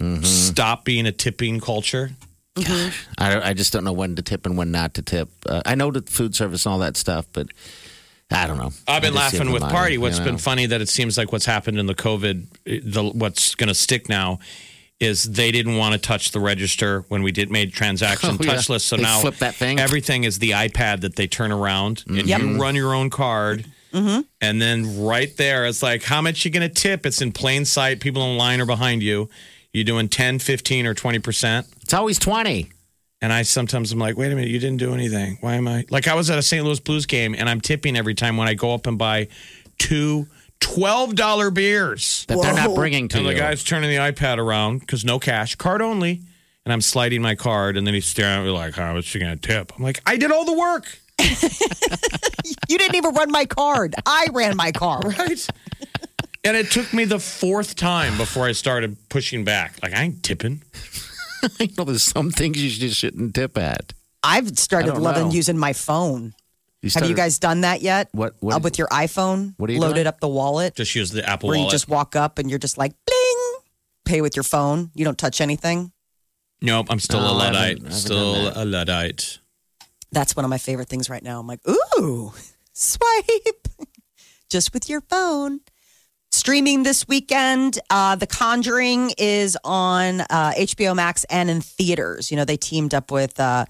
Speaker 6: Mm-hmm.
Speaker 5: Stop being a tipping culture.
Speaker 6: I, I just don't know when to tip and when not to tip. Uh, I know the food service and all that stuff, but I don't know.
Speaker 5: I've been
Speaker 6: I just see
Speaker 5: laughing
Speaker 6: it
Speaker 5: with
Speaker 6: online,
Speaker 5: Party.
Speaker 6: you
Speaker 5: What's
Speaker 6: know.
Speaker 5: been funny that it seems like what's happened in the COVID, the, what's going to stick now is they didn't want to touch the register when we did made transaction
Speaker 6: Oh, yeah.
Speaker 5: touchless. So
Speaker 6: They
Speaker 5: now
Speaker 6: flip that thing. Mm-hmm.
Speaker 5: everything is the iPad that they turn around and
Speaker 4: Yep.
Speaker 5: you run your own card. And then right there, it's like, how much you going to tip? It's in plain sight. People in line are behind you. You're doing 10, 15, or 20%.
Speaker 6: It's always 20.
Speaker 5: And I sometimes am like, wait a minute, you didn't do anything. Why am I? Like, I was at a St. Louis Blues game and I'm tipping every time when I go up and buy two $12 beers.
Speaker 6: That they're not
Speaker 4: Whoa.
Speaker 6: bringing to
Speaker 5: And
Speaker 6: you.
Speaker 5: the guy's turning the iPad around because no cash, card only. And I'm sliding my card and then he's staring at me like, how much you going to tip? I'm like, I did all the work.
Speaker 4: you didn't even run my card. I ran my card.
Speaker 5: Right. and it took me the fourth time before I started pushing back. Like, I ain't tipping.
Speaker 6: I know there's some things you just shouldn't tip at.
Speaker 4: I've started
Speaker 6: I don't
Speaker 4: loving
Speaker 6: know.
Speaker 4: using my phone. Have you
Speaker 6: started-
Speaker 4: guys done that yet?
Speaker 6: What- what-
Speaker 4: Uh, with your iPhone?
Speaker 6: What are you
Speaker 4: loaded
Speaker 6: doing?
Speaker 4: up the wallet?
Speaker 5: Just use the Apple
Speaker 4: where you
Speaker 5: Wallet.
Speaker 4: just walk up and you're just like, bling, pay with your phone. You don't touch anything.
Speaker 5: nope, I'm still
Speaker 6: No,
Speaker 5: a
Speaker 6: Oh, I haven't- I
Speaker 5: Luddite.
Speaker 6: haven't
Speaker 5: Still
Speaker 6: done that.
Speaker 5: a Luddite.
Speaker 4: That's one of my favorite things right now. I'm like, ooh, swipe just with your phone. Streaming this weekend, uh, The Conjuring is on uh, HBO Max and in theaters. You know, they teamed up with uh,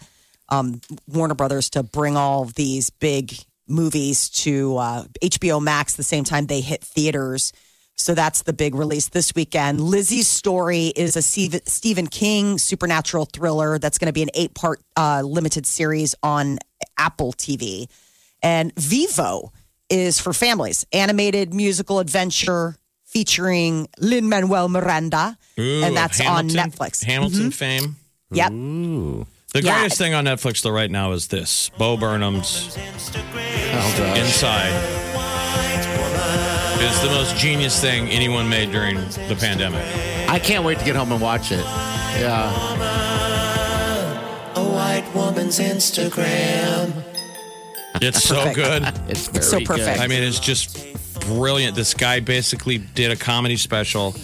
Speaker 4: um, Warner Brothers to bring all of these big movies to uh, HBO Max the same time they hit theaters. So that's the big release this weekend. Lizzie's Story is a Steve- Stephen King supernatural thriller that's going to be an eight part uh, limited series on Apple TV. And Vivo is for families, animated musical adventure featuring Lin Manuel Miranda.
Speaker 5: Ooh,
Speaker 4: and that's on
Speaker 5: Hamilton-
Speaker 4: Netflix. Mm-hmm.
Speaker 5: Hamilton fame.
Speaker 4: Yep.
Speaker 5: The
Speaker 4: Yeah.
Speaker 5: greatest thing on Netflix though right now is this: Bo Burnham's
Speaker 6: Oh, God.
Speaker 5: Inside is the most genius thing anyone made during the pandemic.
Speaker 6: I can't wait to get home and watch it. Yeah.
Speaker 5: It's so
Speaker 4: Perfect.
Speaker 5: good.
Speaker 6: It's very
Speaker 4: so
Speaker 6: good.
Speaker 4: perfect.
Speaker 5: I mean, it's just brilliant. This guy basically did a comedy special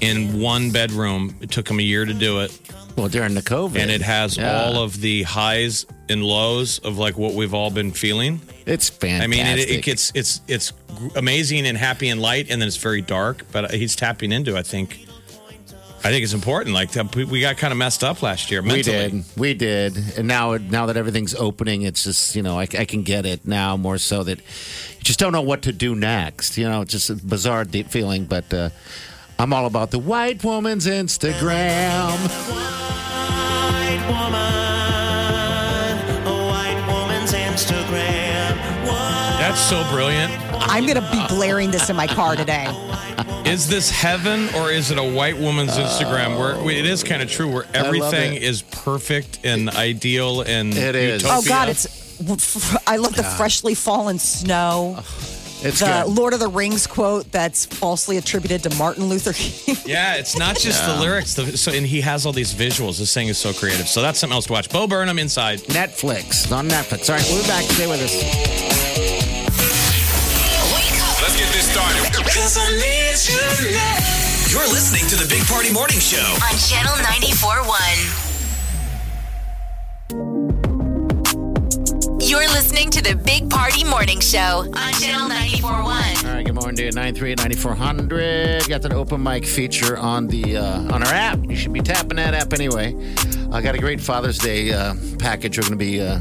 Speaker 5: in one bedroom. It took him a year to do it.
Speaker 6: Well, during the COVID.
Speaker 5: And it has
Speaker 6: Yeah.
Speaker 5: all of the highs and lows of like what we've all been feeling.
Speaker 6: It's fantastic.
Speaker 5: I mean, it, it gets it's it's gr- amazing and happy and light, and then it's very dark. But he's tapping into, I think, I think it's important. Like that, we- we got kind of messed up last year mentally.
Speaker 6: We did, we did, and now now that everything's opening, it's just you know I, I can get it now more so that you just don't know what to do next. You know, it's just a bizarre deep feeling, but uh, I'm all about the white woman's Instagram.
Speaker 10: White woman, a white woman's Instagram.
Speaker 5: That's so brilliant.
Speaker 4: I'm going to be blaring this in my car today.
Speaker 5: Is this heaven or is it a white woman's Instagram? Where where- it is kind of true, where
Speaker 4: I love
Speaker 5: everything is perfect and ideal and
Speaker 6: It is.
Speaker 5: utopia.
Speaker 4: Oh God, it's. I love the
Speaker 5: God.
Speaker 4: freshly fallen snow.
Speaker 6: It's
Speaker 4: the
Speaker 6: good.
Speaker 4: Lord of the Rings quote that's falsely attributed to Martin Luther King.
Speaker 5: Yeah, it's not just the
Speaker 4: Yeah.
Speaker 5: lyrics. The, so, and he has all these visuals. This thing is so creative. So that's something else to watch. Bo Burnham inside
Speaker 6: Netflix on Netflix. All right, we'll be back. Stay with us.
Speaker 3: Let's get this started. You're listening to the Big Party Morning Show.
Speaker 2: On Channel 94.1. You're listening to the Big Party Morning Show on Channel 94.1.
Speaker 6: All right, good morning, dude. 93-9400. Got that open mic feature on the uh, on our app. You should be tapping that app anyway. I got a great Father's Day uh, package. We're going to be, uh,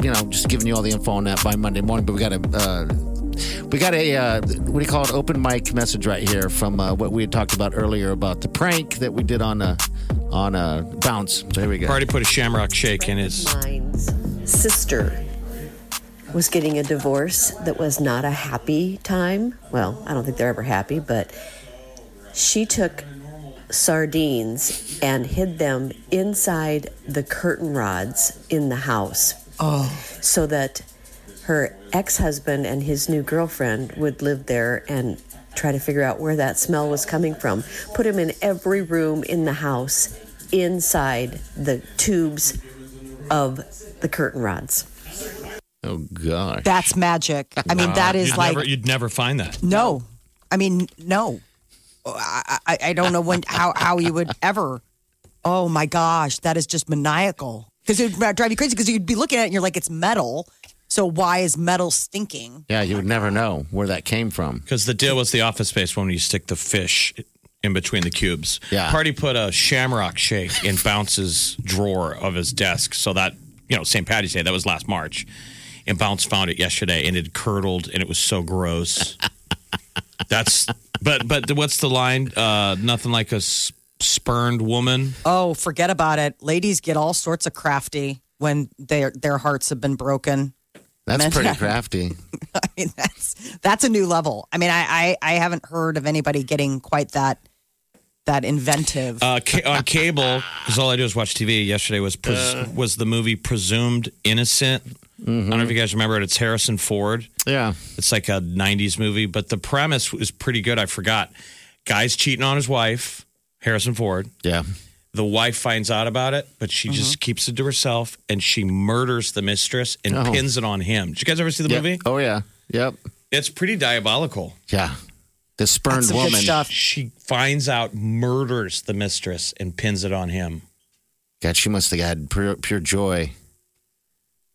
Speaker 6: you know, just giving you all the info on that by Monday morning. But we got a uh, we got a uh, what do you call it? Open mic message right here from uh, what we had talked about earlier about the prank that we did on uh, on uh, bounce. So here we go.
Speaker 5: Already put a shamrock shake in his.
Speaker 11: sister was getting a divorce that was not a happy time. Well, I don't think they're ever happy, but she took sardines and hid them inside the curtain rods in the house.
Speaker 4: Oh.
Speaker 11: So that her ex husband and his new girlfriend would live there and try to figure out where that smell was coming from. Put him in every room in the house inside the tubes of the curtain rods.
Speaker 6: Oh gosh.
Speaker 4: That's magic. I mean,
Speaker 5: Wow.
Speaker 4: that is
Speaker 5: You'd
Speaker 4: like
Speaker 5: never- e-, you'd never find that.
Speaker 4: no. I mean, no. I, I, I don't know when how how you would ever. Oh my gosh, that is just maniacal because it would drive you crazy because you'd be looking at it and you're like, it's metal. So why is metal stinking?
Speaker 6: Yeah, you would never know where that came from.
Speaker 5: Because the deal was the office space when you stick the fish in between the cubes. Yeah. Party put a shamrock shake in Bounce's drawer of his desk. So that, you know, St. Patty's Day, that was last March. And Bounce found it yesterday and it curdled and it was so gross. That's, but, but what's the line? Uh, nothing like a s- spurned woman.
Speaker 4: Oh, forget about it. Ladies get all sorts of crafty when their their hearts have been broken.
Speaker 6: That's
Speaker 4: Men-
Speaker 6: pretty crafty.
Speaker 4: I mean, that's that's a new level. I mean, I, I I haven't heard of anybody getting quite that that inventive.
Speaker 5: Uh, ca- on cable, because all I do is watch TV. Yesterday was pres- was the movie Presumed Innocent. I don't know if you guys remember it. It's Harrison Ford.
Speaker 6: Yeah,
Speaker 5: it's like a '90s movie, but the premise is pretty good. I forgot. Guy's cheating on his wife, Harrison Ford.
Speaker 6: Yeah.
Speaker 5: The wife finds out about it, but she
Speaker 6: Mm-hmm.
Speaker 5: just keeps it to herself, and she murders the mistress and
Speaker 6: Oh.
Speaker 5: pins it on him. Did you guys ever see the
Speaker 6: Yeah.
Speaker 5: movie?
Speaker 6: Oh yeah. Yep.
Speaker 5: It's pretty diabolical.
Speaker 6: Yeah. The spurned woman.
Speaker 5: She finds out, murders the mistress, and pins it on him.
Speaker 6: God, she must have had pure, pure joy.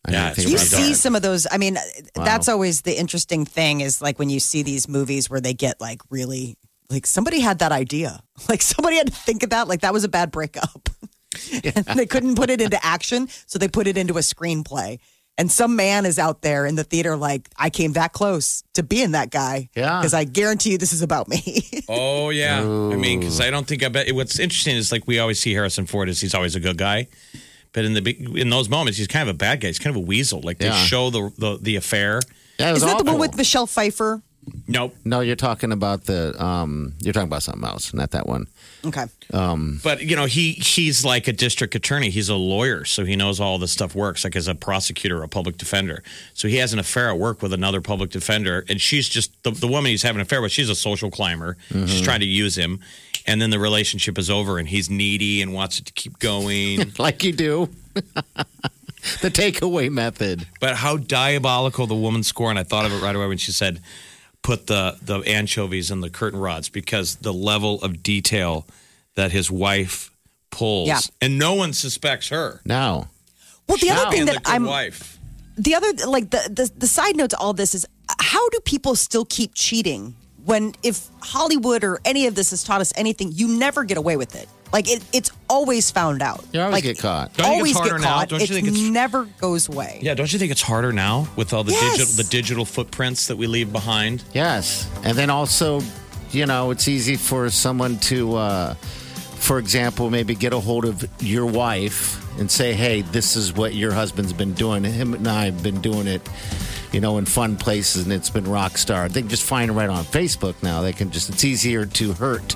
Speaker 6: I
Speaker 5: Yeah,
Speaker 6: didn't think
Speaker 4: you
Speaker 6: about
Speaker 4: see
Speaker 6: that.
Speaker 4: some of those. I mean,
Speaker 6: Wow.
Speaker 4: that's always the interesting thing is like when you see these movies where they get like really like somebody had that idea, like somebody had to think of that, like that was a bad breakup. and they couldn't put it into action, so they put it into a screenplay. And some man is out there in the theater, like I came that close to being that guy,
Speaker 5: Yeah.
Speaker 4: because I guarantee you this is about me.
Speaker 5: Oh yeah, I mean, because I don't think I bet. What's interesting is like we always see Harrison Ford as he's always a good guy, but in the big- in those moments he's kind of a bad guy. He's kind of a weasel. Like they
Speaker 6: Yeah.
Speaker 5: show the the, the affair.
Speaker 4: Isn't that the one with Michelle Pfeiffer?
Speaker 5: Nope.
Speaker 6: No, you're talking about the um you're talking about something else, not that one.
Speaker 4: Okay.
Speaker 6: Um
Speaker 5: But you know he he's like a district attorney. He's a lawyer, so he knows all this stuff works. Like as a prosecutor, a public defender. So he has an affair at work with another public defender, and she's just the, the woman he's having an affair with. She's a social climber. She's
Speaker 6: Mhm.
Speaker 5: trying to use him, and then the relationship is over, and he's needy and wants it to keep going.
Speaker 6: like you do. the takeaway method.
Speaker 5: But how diabolical the woman score, and I thought of it right away when she said, put the the anchovies in the curtain rods because the level of detail that his wife pulls,
Speaker 4: Yeah.
Speaker 5: and no one suspects her.
Speaker 6: No.
Speaker 4: Well, the other thing
Speaker 5: And the
Speaker 4: that
Speaker 5: good
Speaker 4: I'm
Speaker 5: wife.
Speaker 4: the other like the, the the side note to all this is how do people still keep cheating when if Hollywood or any of this has taught us anything, you never get away with it. Like it, it's always found out.
Speaker 6: You always
Speaker 4: like,
Speaker 6: get caught.
Speaker 5: Don't you think it's
Speaker 4: always get
Speaker 5: harder now?
Speaker 4: caught.
Speaker 5: Don't you
Speaker 4: It
Speaker 5: think it's-
Speaker 4: never goes away.
Speaker 5: Yeah, don't you think it's harder now with all the
Speaker 4: Yes.
Speaker 5: digital the digital footprints that we leave behind?
Speaker 6: Yes. And then also, you know, it's easy for someone to, uh, for example, maybe get a hold of your wife and say, hey, this is what your husband's been doing. Him and I have been doing it, you know, in fun places and it's been rock star. They can just find it right on Facebook now. They can just, it's easier to hurt.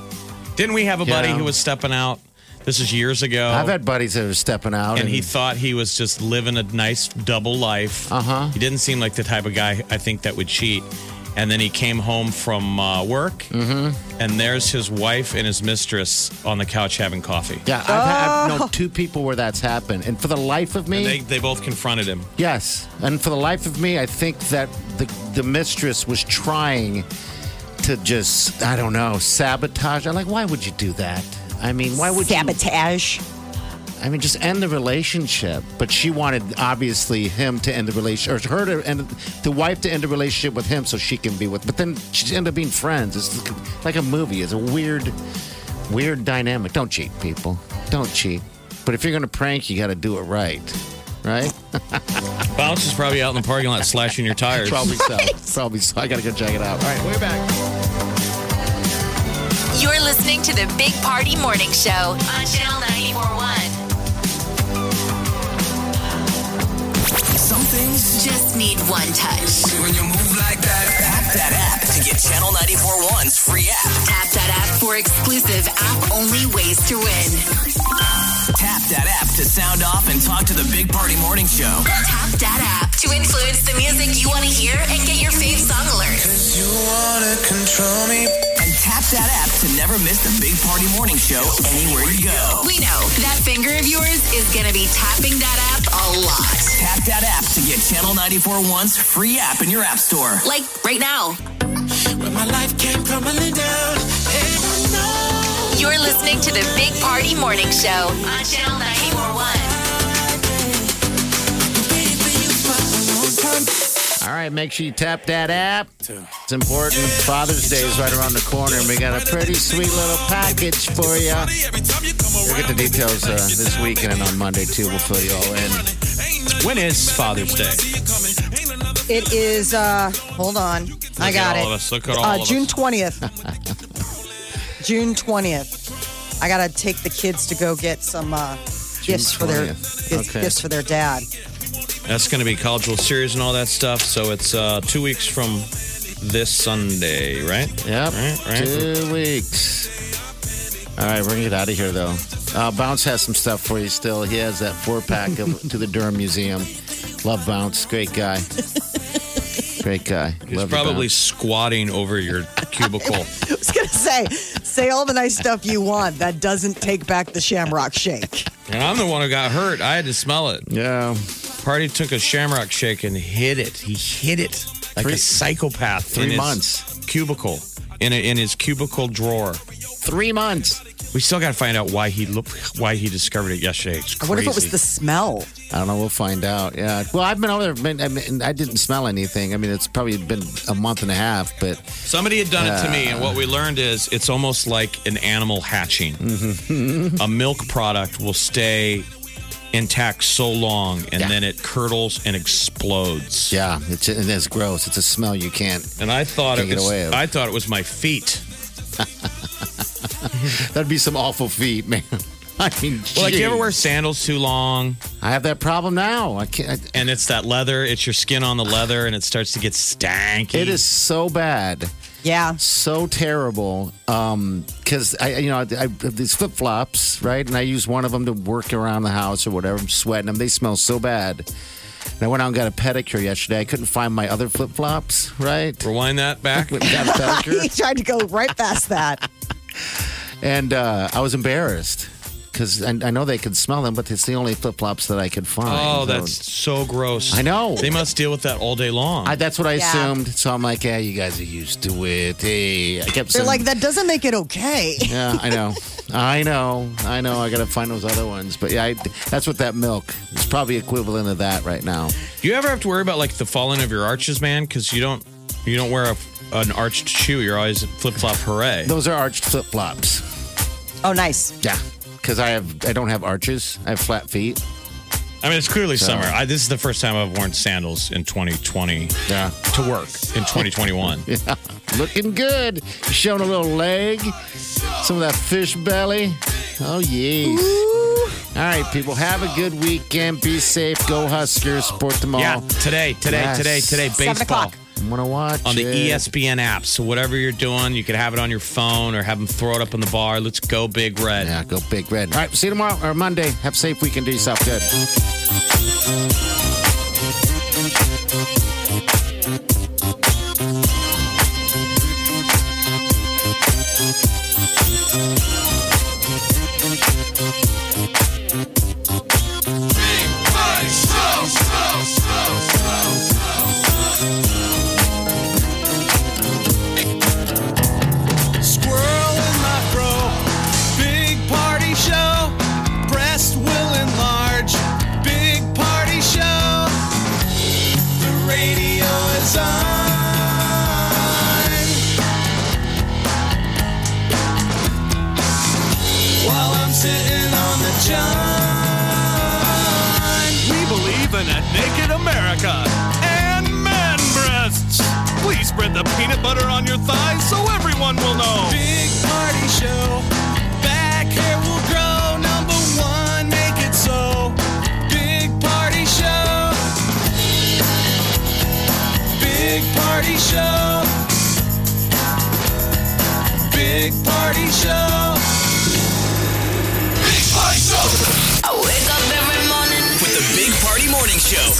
Speaker 5: Didn't we have a
Speaker 6: Yeah.
Speaker 5: buddy who was stepping out? This is years ago.
Speaker 6: I've had buddies that are stepping out.
Speaker 5: Oh. and he thought he was just living a nice double life. Uh
Speaker 6: huh.
Speaker 5: He didn't seem like the type of guy I think that would cheat. And then he came home from uh, work, and there's his wife and his mistress on the couch having coffee.
Speaker 6: Yeah, I've, had, I've known two people where that's happened. And for the life of me,
Speaker 5: And they, they both confronted him.
Speaker 6: Yes, and for the life of me, I think that the the mistress was trying to just I don't know sabotage. I'm like, why would you do that? I mean, why would
Speaker 4: sabotage?
Speaker 6: I mean, just end the relationship. But she wanted obviously him to end the relationship, or her to end the wife to end the relationship with him, so she can be with. But then she ended up being friends. It's like a movie. It's a weird, weird dynamic. Don't cheat, people. Don't cheat. But if you're gonna prank, you got to do it right, right?
Speaker 5: Bounce is probably out in the parking lot slashing your tires.
Speaker 6: Probably so. Probably so. I gotta go check it out. All right, we're back.
Speaker 2: You're listening to the Big Party Morning Show on Channel 941.
Speaker 3: Some things
Speaker 2: just need one touch.
Speaker 3: When you move like that, tap that app to get Channel 941's free app.
Speaker 2: Tap that app for exclusive app only ways to win.
Speaker 3: Tap that app to sound off and talk to the Big Party Morning Show.
Speaker 2: Tap that app to influence the music you want to hear and get your fave song alerts.
Speaker 3: You wanna control me? And tap that app to never miss the Big Party Morning Show anywhere you go.
Speaker 2: We know that finger of yours is going to be tapping that app a lot.
Speaker 3: Tap that app to get Channel 941's free app in your app store.
Speaker 2: Like right now.
Speaker 3: When my life came crumbling down.
Speaker 2: You're listening to the Big Party Morning Show on Channel 941.
Speaker 6: All right, make sure you tap that app. It's important. Father's Day is right around the corner, and we got a pretty sweet little package for you. We'll get the details uh, this weekend and on Monday, too. We'll fill you all in.
Speaker 5: When is Father's Day?
Speaker 4: It is. uh Hold on, I
Speaker 5: at
Speaker 4: got
Speaker 5: all
Speaker 4: it.
Speaker 5: of us. Look at all
Speaker 4: uh,
Speaker 5: of us.
Speaker 4: June twentieth. June twentieth. I gotta take the kids to go get some uh, gifts for their
Speaker 5: 20th.
Speaker 4: gifts,
Speaker 5: Okay.
Speaker 4: gifts for their dad.
Speaker 5: That's going to be College World Series and all that stuff. So it's uh, two weeks from this Sunday, right?
Speaker 6: Yep.
Speaker 5: Right, right.
Speaker 6: Two weeks. All right, we're going to get out of here, though. Uh, Bounce has some stuff for you still. He has that four pack of to the Durham Museum. Love Bounce. Great guy. Great guy.
Speaker 5: He's
Speaker 6: Love you,
Speaker 5: probably
Speaker 6: Bounce.
Speaker 5: squatting over your cubicle.
Speaker 4: I was gonna say, say all the nice stuff you want. That doesn't take back the Shamrock Shake.
Speaker 5: And I'm the one who got hurt. I had to smell it.
Speaker 6: Yeah.
Speaker 5: Party took a shamrock shake and hid it. He hid it like
Speaker 6: Three-
Speaker 5: a psychopath.
Speaker 6: three
Speaker 5: in his
Speaker 6: months.
Speaker 5: Cubicle. In, a, in his cubicle drawer.
Speaker 6: Three months.
Speaker 5: We still got to find out why he looked, why he discovered it yesterday. It's
Speaker 4: I
Speaker 5: crazy.
Speaker 4: wonder if it was the smell.
Speaker 6: I don't know. We'll find out. Yeah. Well, I've been over there. Been, I, mean, I didn't smell anything. I mean, it's probably been a month and a half, but
Speaker 5: Somebody had done it to me, and
Speaker 6: Uh.
Speaker 5: what we learned is it's almost like an animal hatching.
Speaker 6: Mm-hmm.
Speaker 5: a milk product will stay intact so long, and then it curdles and explodes.
Speaker 6: yeah, it's and it's gross. It's a smell you can't.
Speaker 5: And I thought
Speaker 6: Can't get
Speaker 5: it was,
Speaker 6: away with it.
Speaker 5: I thought it was my feet.
Speaker 6: That'd be some awful feet, man. I mean,
Speaker 5: Well, like you ever
Speaker 6: geez.
Speaker 5: wear sandals too long?
Speaker 6: I have that problem now. I can't.
Speaker 5: And it's that leather. It's your skin on the leather, and it starts to get stanky.
Speaker 6: It is so bad.
Speaker 4: Yeah.
Speaker 6: So terrible. Um, cause I, you know, I, I have these flip flops, right? And I use one of them to work around the house or whatever. I'm sweating them. They smell so bad. And I went out and got a pedicure yesterday. I couldn't find my other flip flops, right?
Speaker 5: Rewind that back.
Speaker 6: Went and got a pedicure.
Speaker 4: he tried to go right past that.
Speaker 6: and uh, I was embarrassed because I, I know they could smell them, but it's the only flip flops that I could find. So-
Speaker 5: Oh, that's so gross.
Speaker 6: I know.
Speaker 5: They must deal with that all day long.
Speaker 6: I, that's what I
Speaker 4: Yeah.
Speaker 6: assumed. So I'm like, yeah, you guys are used to it. Hey, I kept
Speaker 4: They're
Speaker 6: saying,
Speaker 4: like, that doesn't make it okay.
Speaker 6: yeah, I know, I know, I know. I gotta find those other ones, but yeah, I, that's what that milk is probably equivalent of that right now.
Speaker 5: Do you ever have to worry about like the falling of your arches, man? Because you don't you don't wear a, an arched shoe. You're always flip flop. Hooray!
Speaker 6: Those are arched flip flops.
Speaker 4: Oh, nice.
Speaker 6: Yeah, because I have I don't have arches. I have flat feet.
Speaker 5: I mean, it's clearly
Speaker 6: So-
Speaker 5: summer. I, this is the first time I've worn sandals in 2020.
Speaker 6: Yeah.
Speaker 5: To work in 2021.
Speaker 6: Yeah, looking good. Showing a little leg, some of that fish belly. Oh yes. All right, people. Have a good weekend. Be safe. Go Huskers. Support them all.
Speaker 5: Yeah, today, today, today, today, Seven baseball. o'clock.
Speaker 6: I'm gonna watch
Speaker 5: on the E
Speaker 6: it.
Speaker 5: ESPN app. So whatever you're doing, you can have it on your phone or have them throw it up in the bar. Let's go, Big Red.
Speaker 6: Yeah, go Big Red. All right, see you tomorrow or Monday. Have a safe weekend. Do yourself good.
Speaker 10: Squirrel in my fro. Big party show. Breast will enlarge. Big party show. The radio is on. While I'm sitting on the john. We believe in a naked America and man breasts. Please spread the peanut butter on your thighs so everyone will know. Big party show. Back hair will grow. Number one, make it so. Big party show. Big party show. Big party show. Big party show.
Speaker 2: I wake up every morning.
Speaker 3: With the Big Party Morning Show.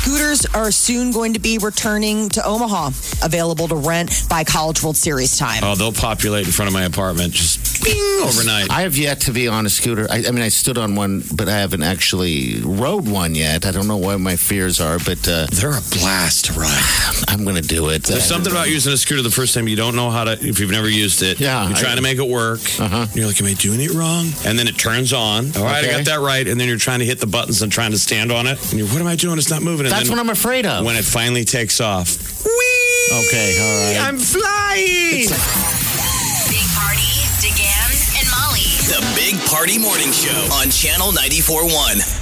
Speaker 4: Scooters are soon going to be returning to Omaha, available to rent by College World Series time.
Speaker 5: Oh, they'll populate in front of my apartment. Just bing overnight.
Speaker 6: I have yet to be on a scooter. I, I mean, I stood on one, but I haven't actually rode one yet. I don't know what my fears are, but uh,
Speaker 5: they're a blast to ride.
Speaker 6: I'm going to do it.
Speaker 5: There's something about using a scooter the first time you don't know how to, if you've never used it.
Speaker 6: Yeah,
Speaker 5: You're
Speaker 6: I-
Speaker 5: trying to make it work. Uh-huh. You're like, am I doing it wrong? And then it turns on. All right, I
Speaker 6: Okay.
Speaker 5: got that right. And then you're trying to hit the buttons and trying to stand on it. And you're, what am I doing? It's not moving. And
Speaker 6: That's
Speaker 5: then
Speaker 6: what I'm afraid of.
Speaker 5: When it finally takes off.
Speaker 6: Okay, all right.
Speaker 5: I'm flying.
Speaker 2: Big Party, DeGan, and Molly.
Speaker 3: The Big Party Morning Show on Channel 94.1.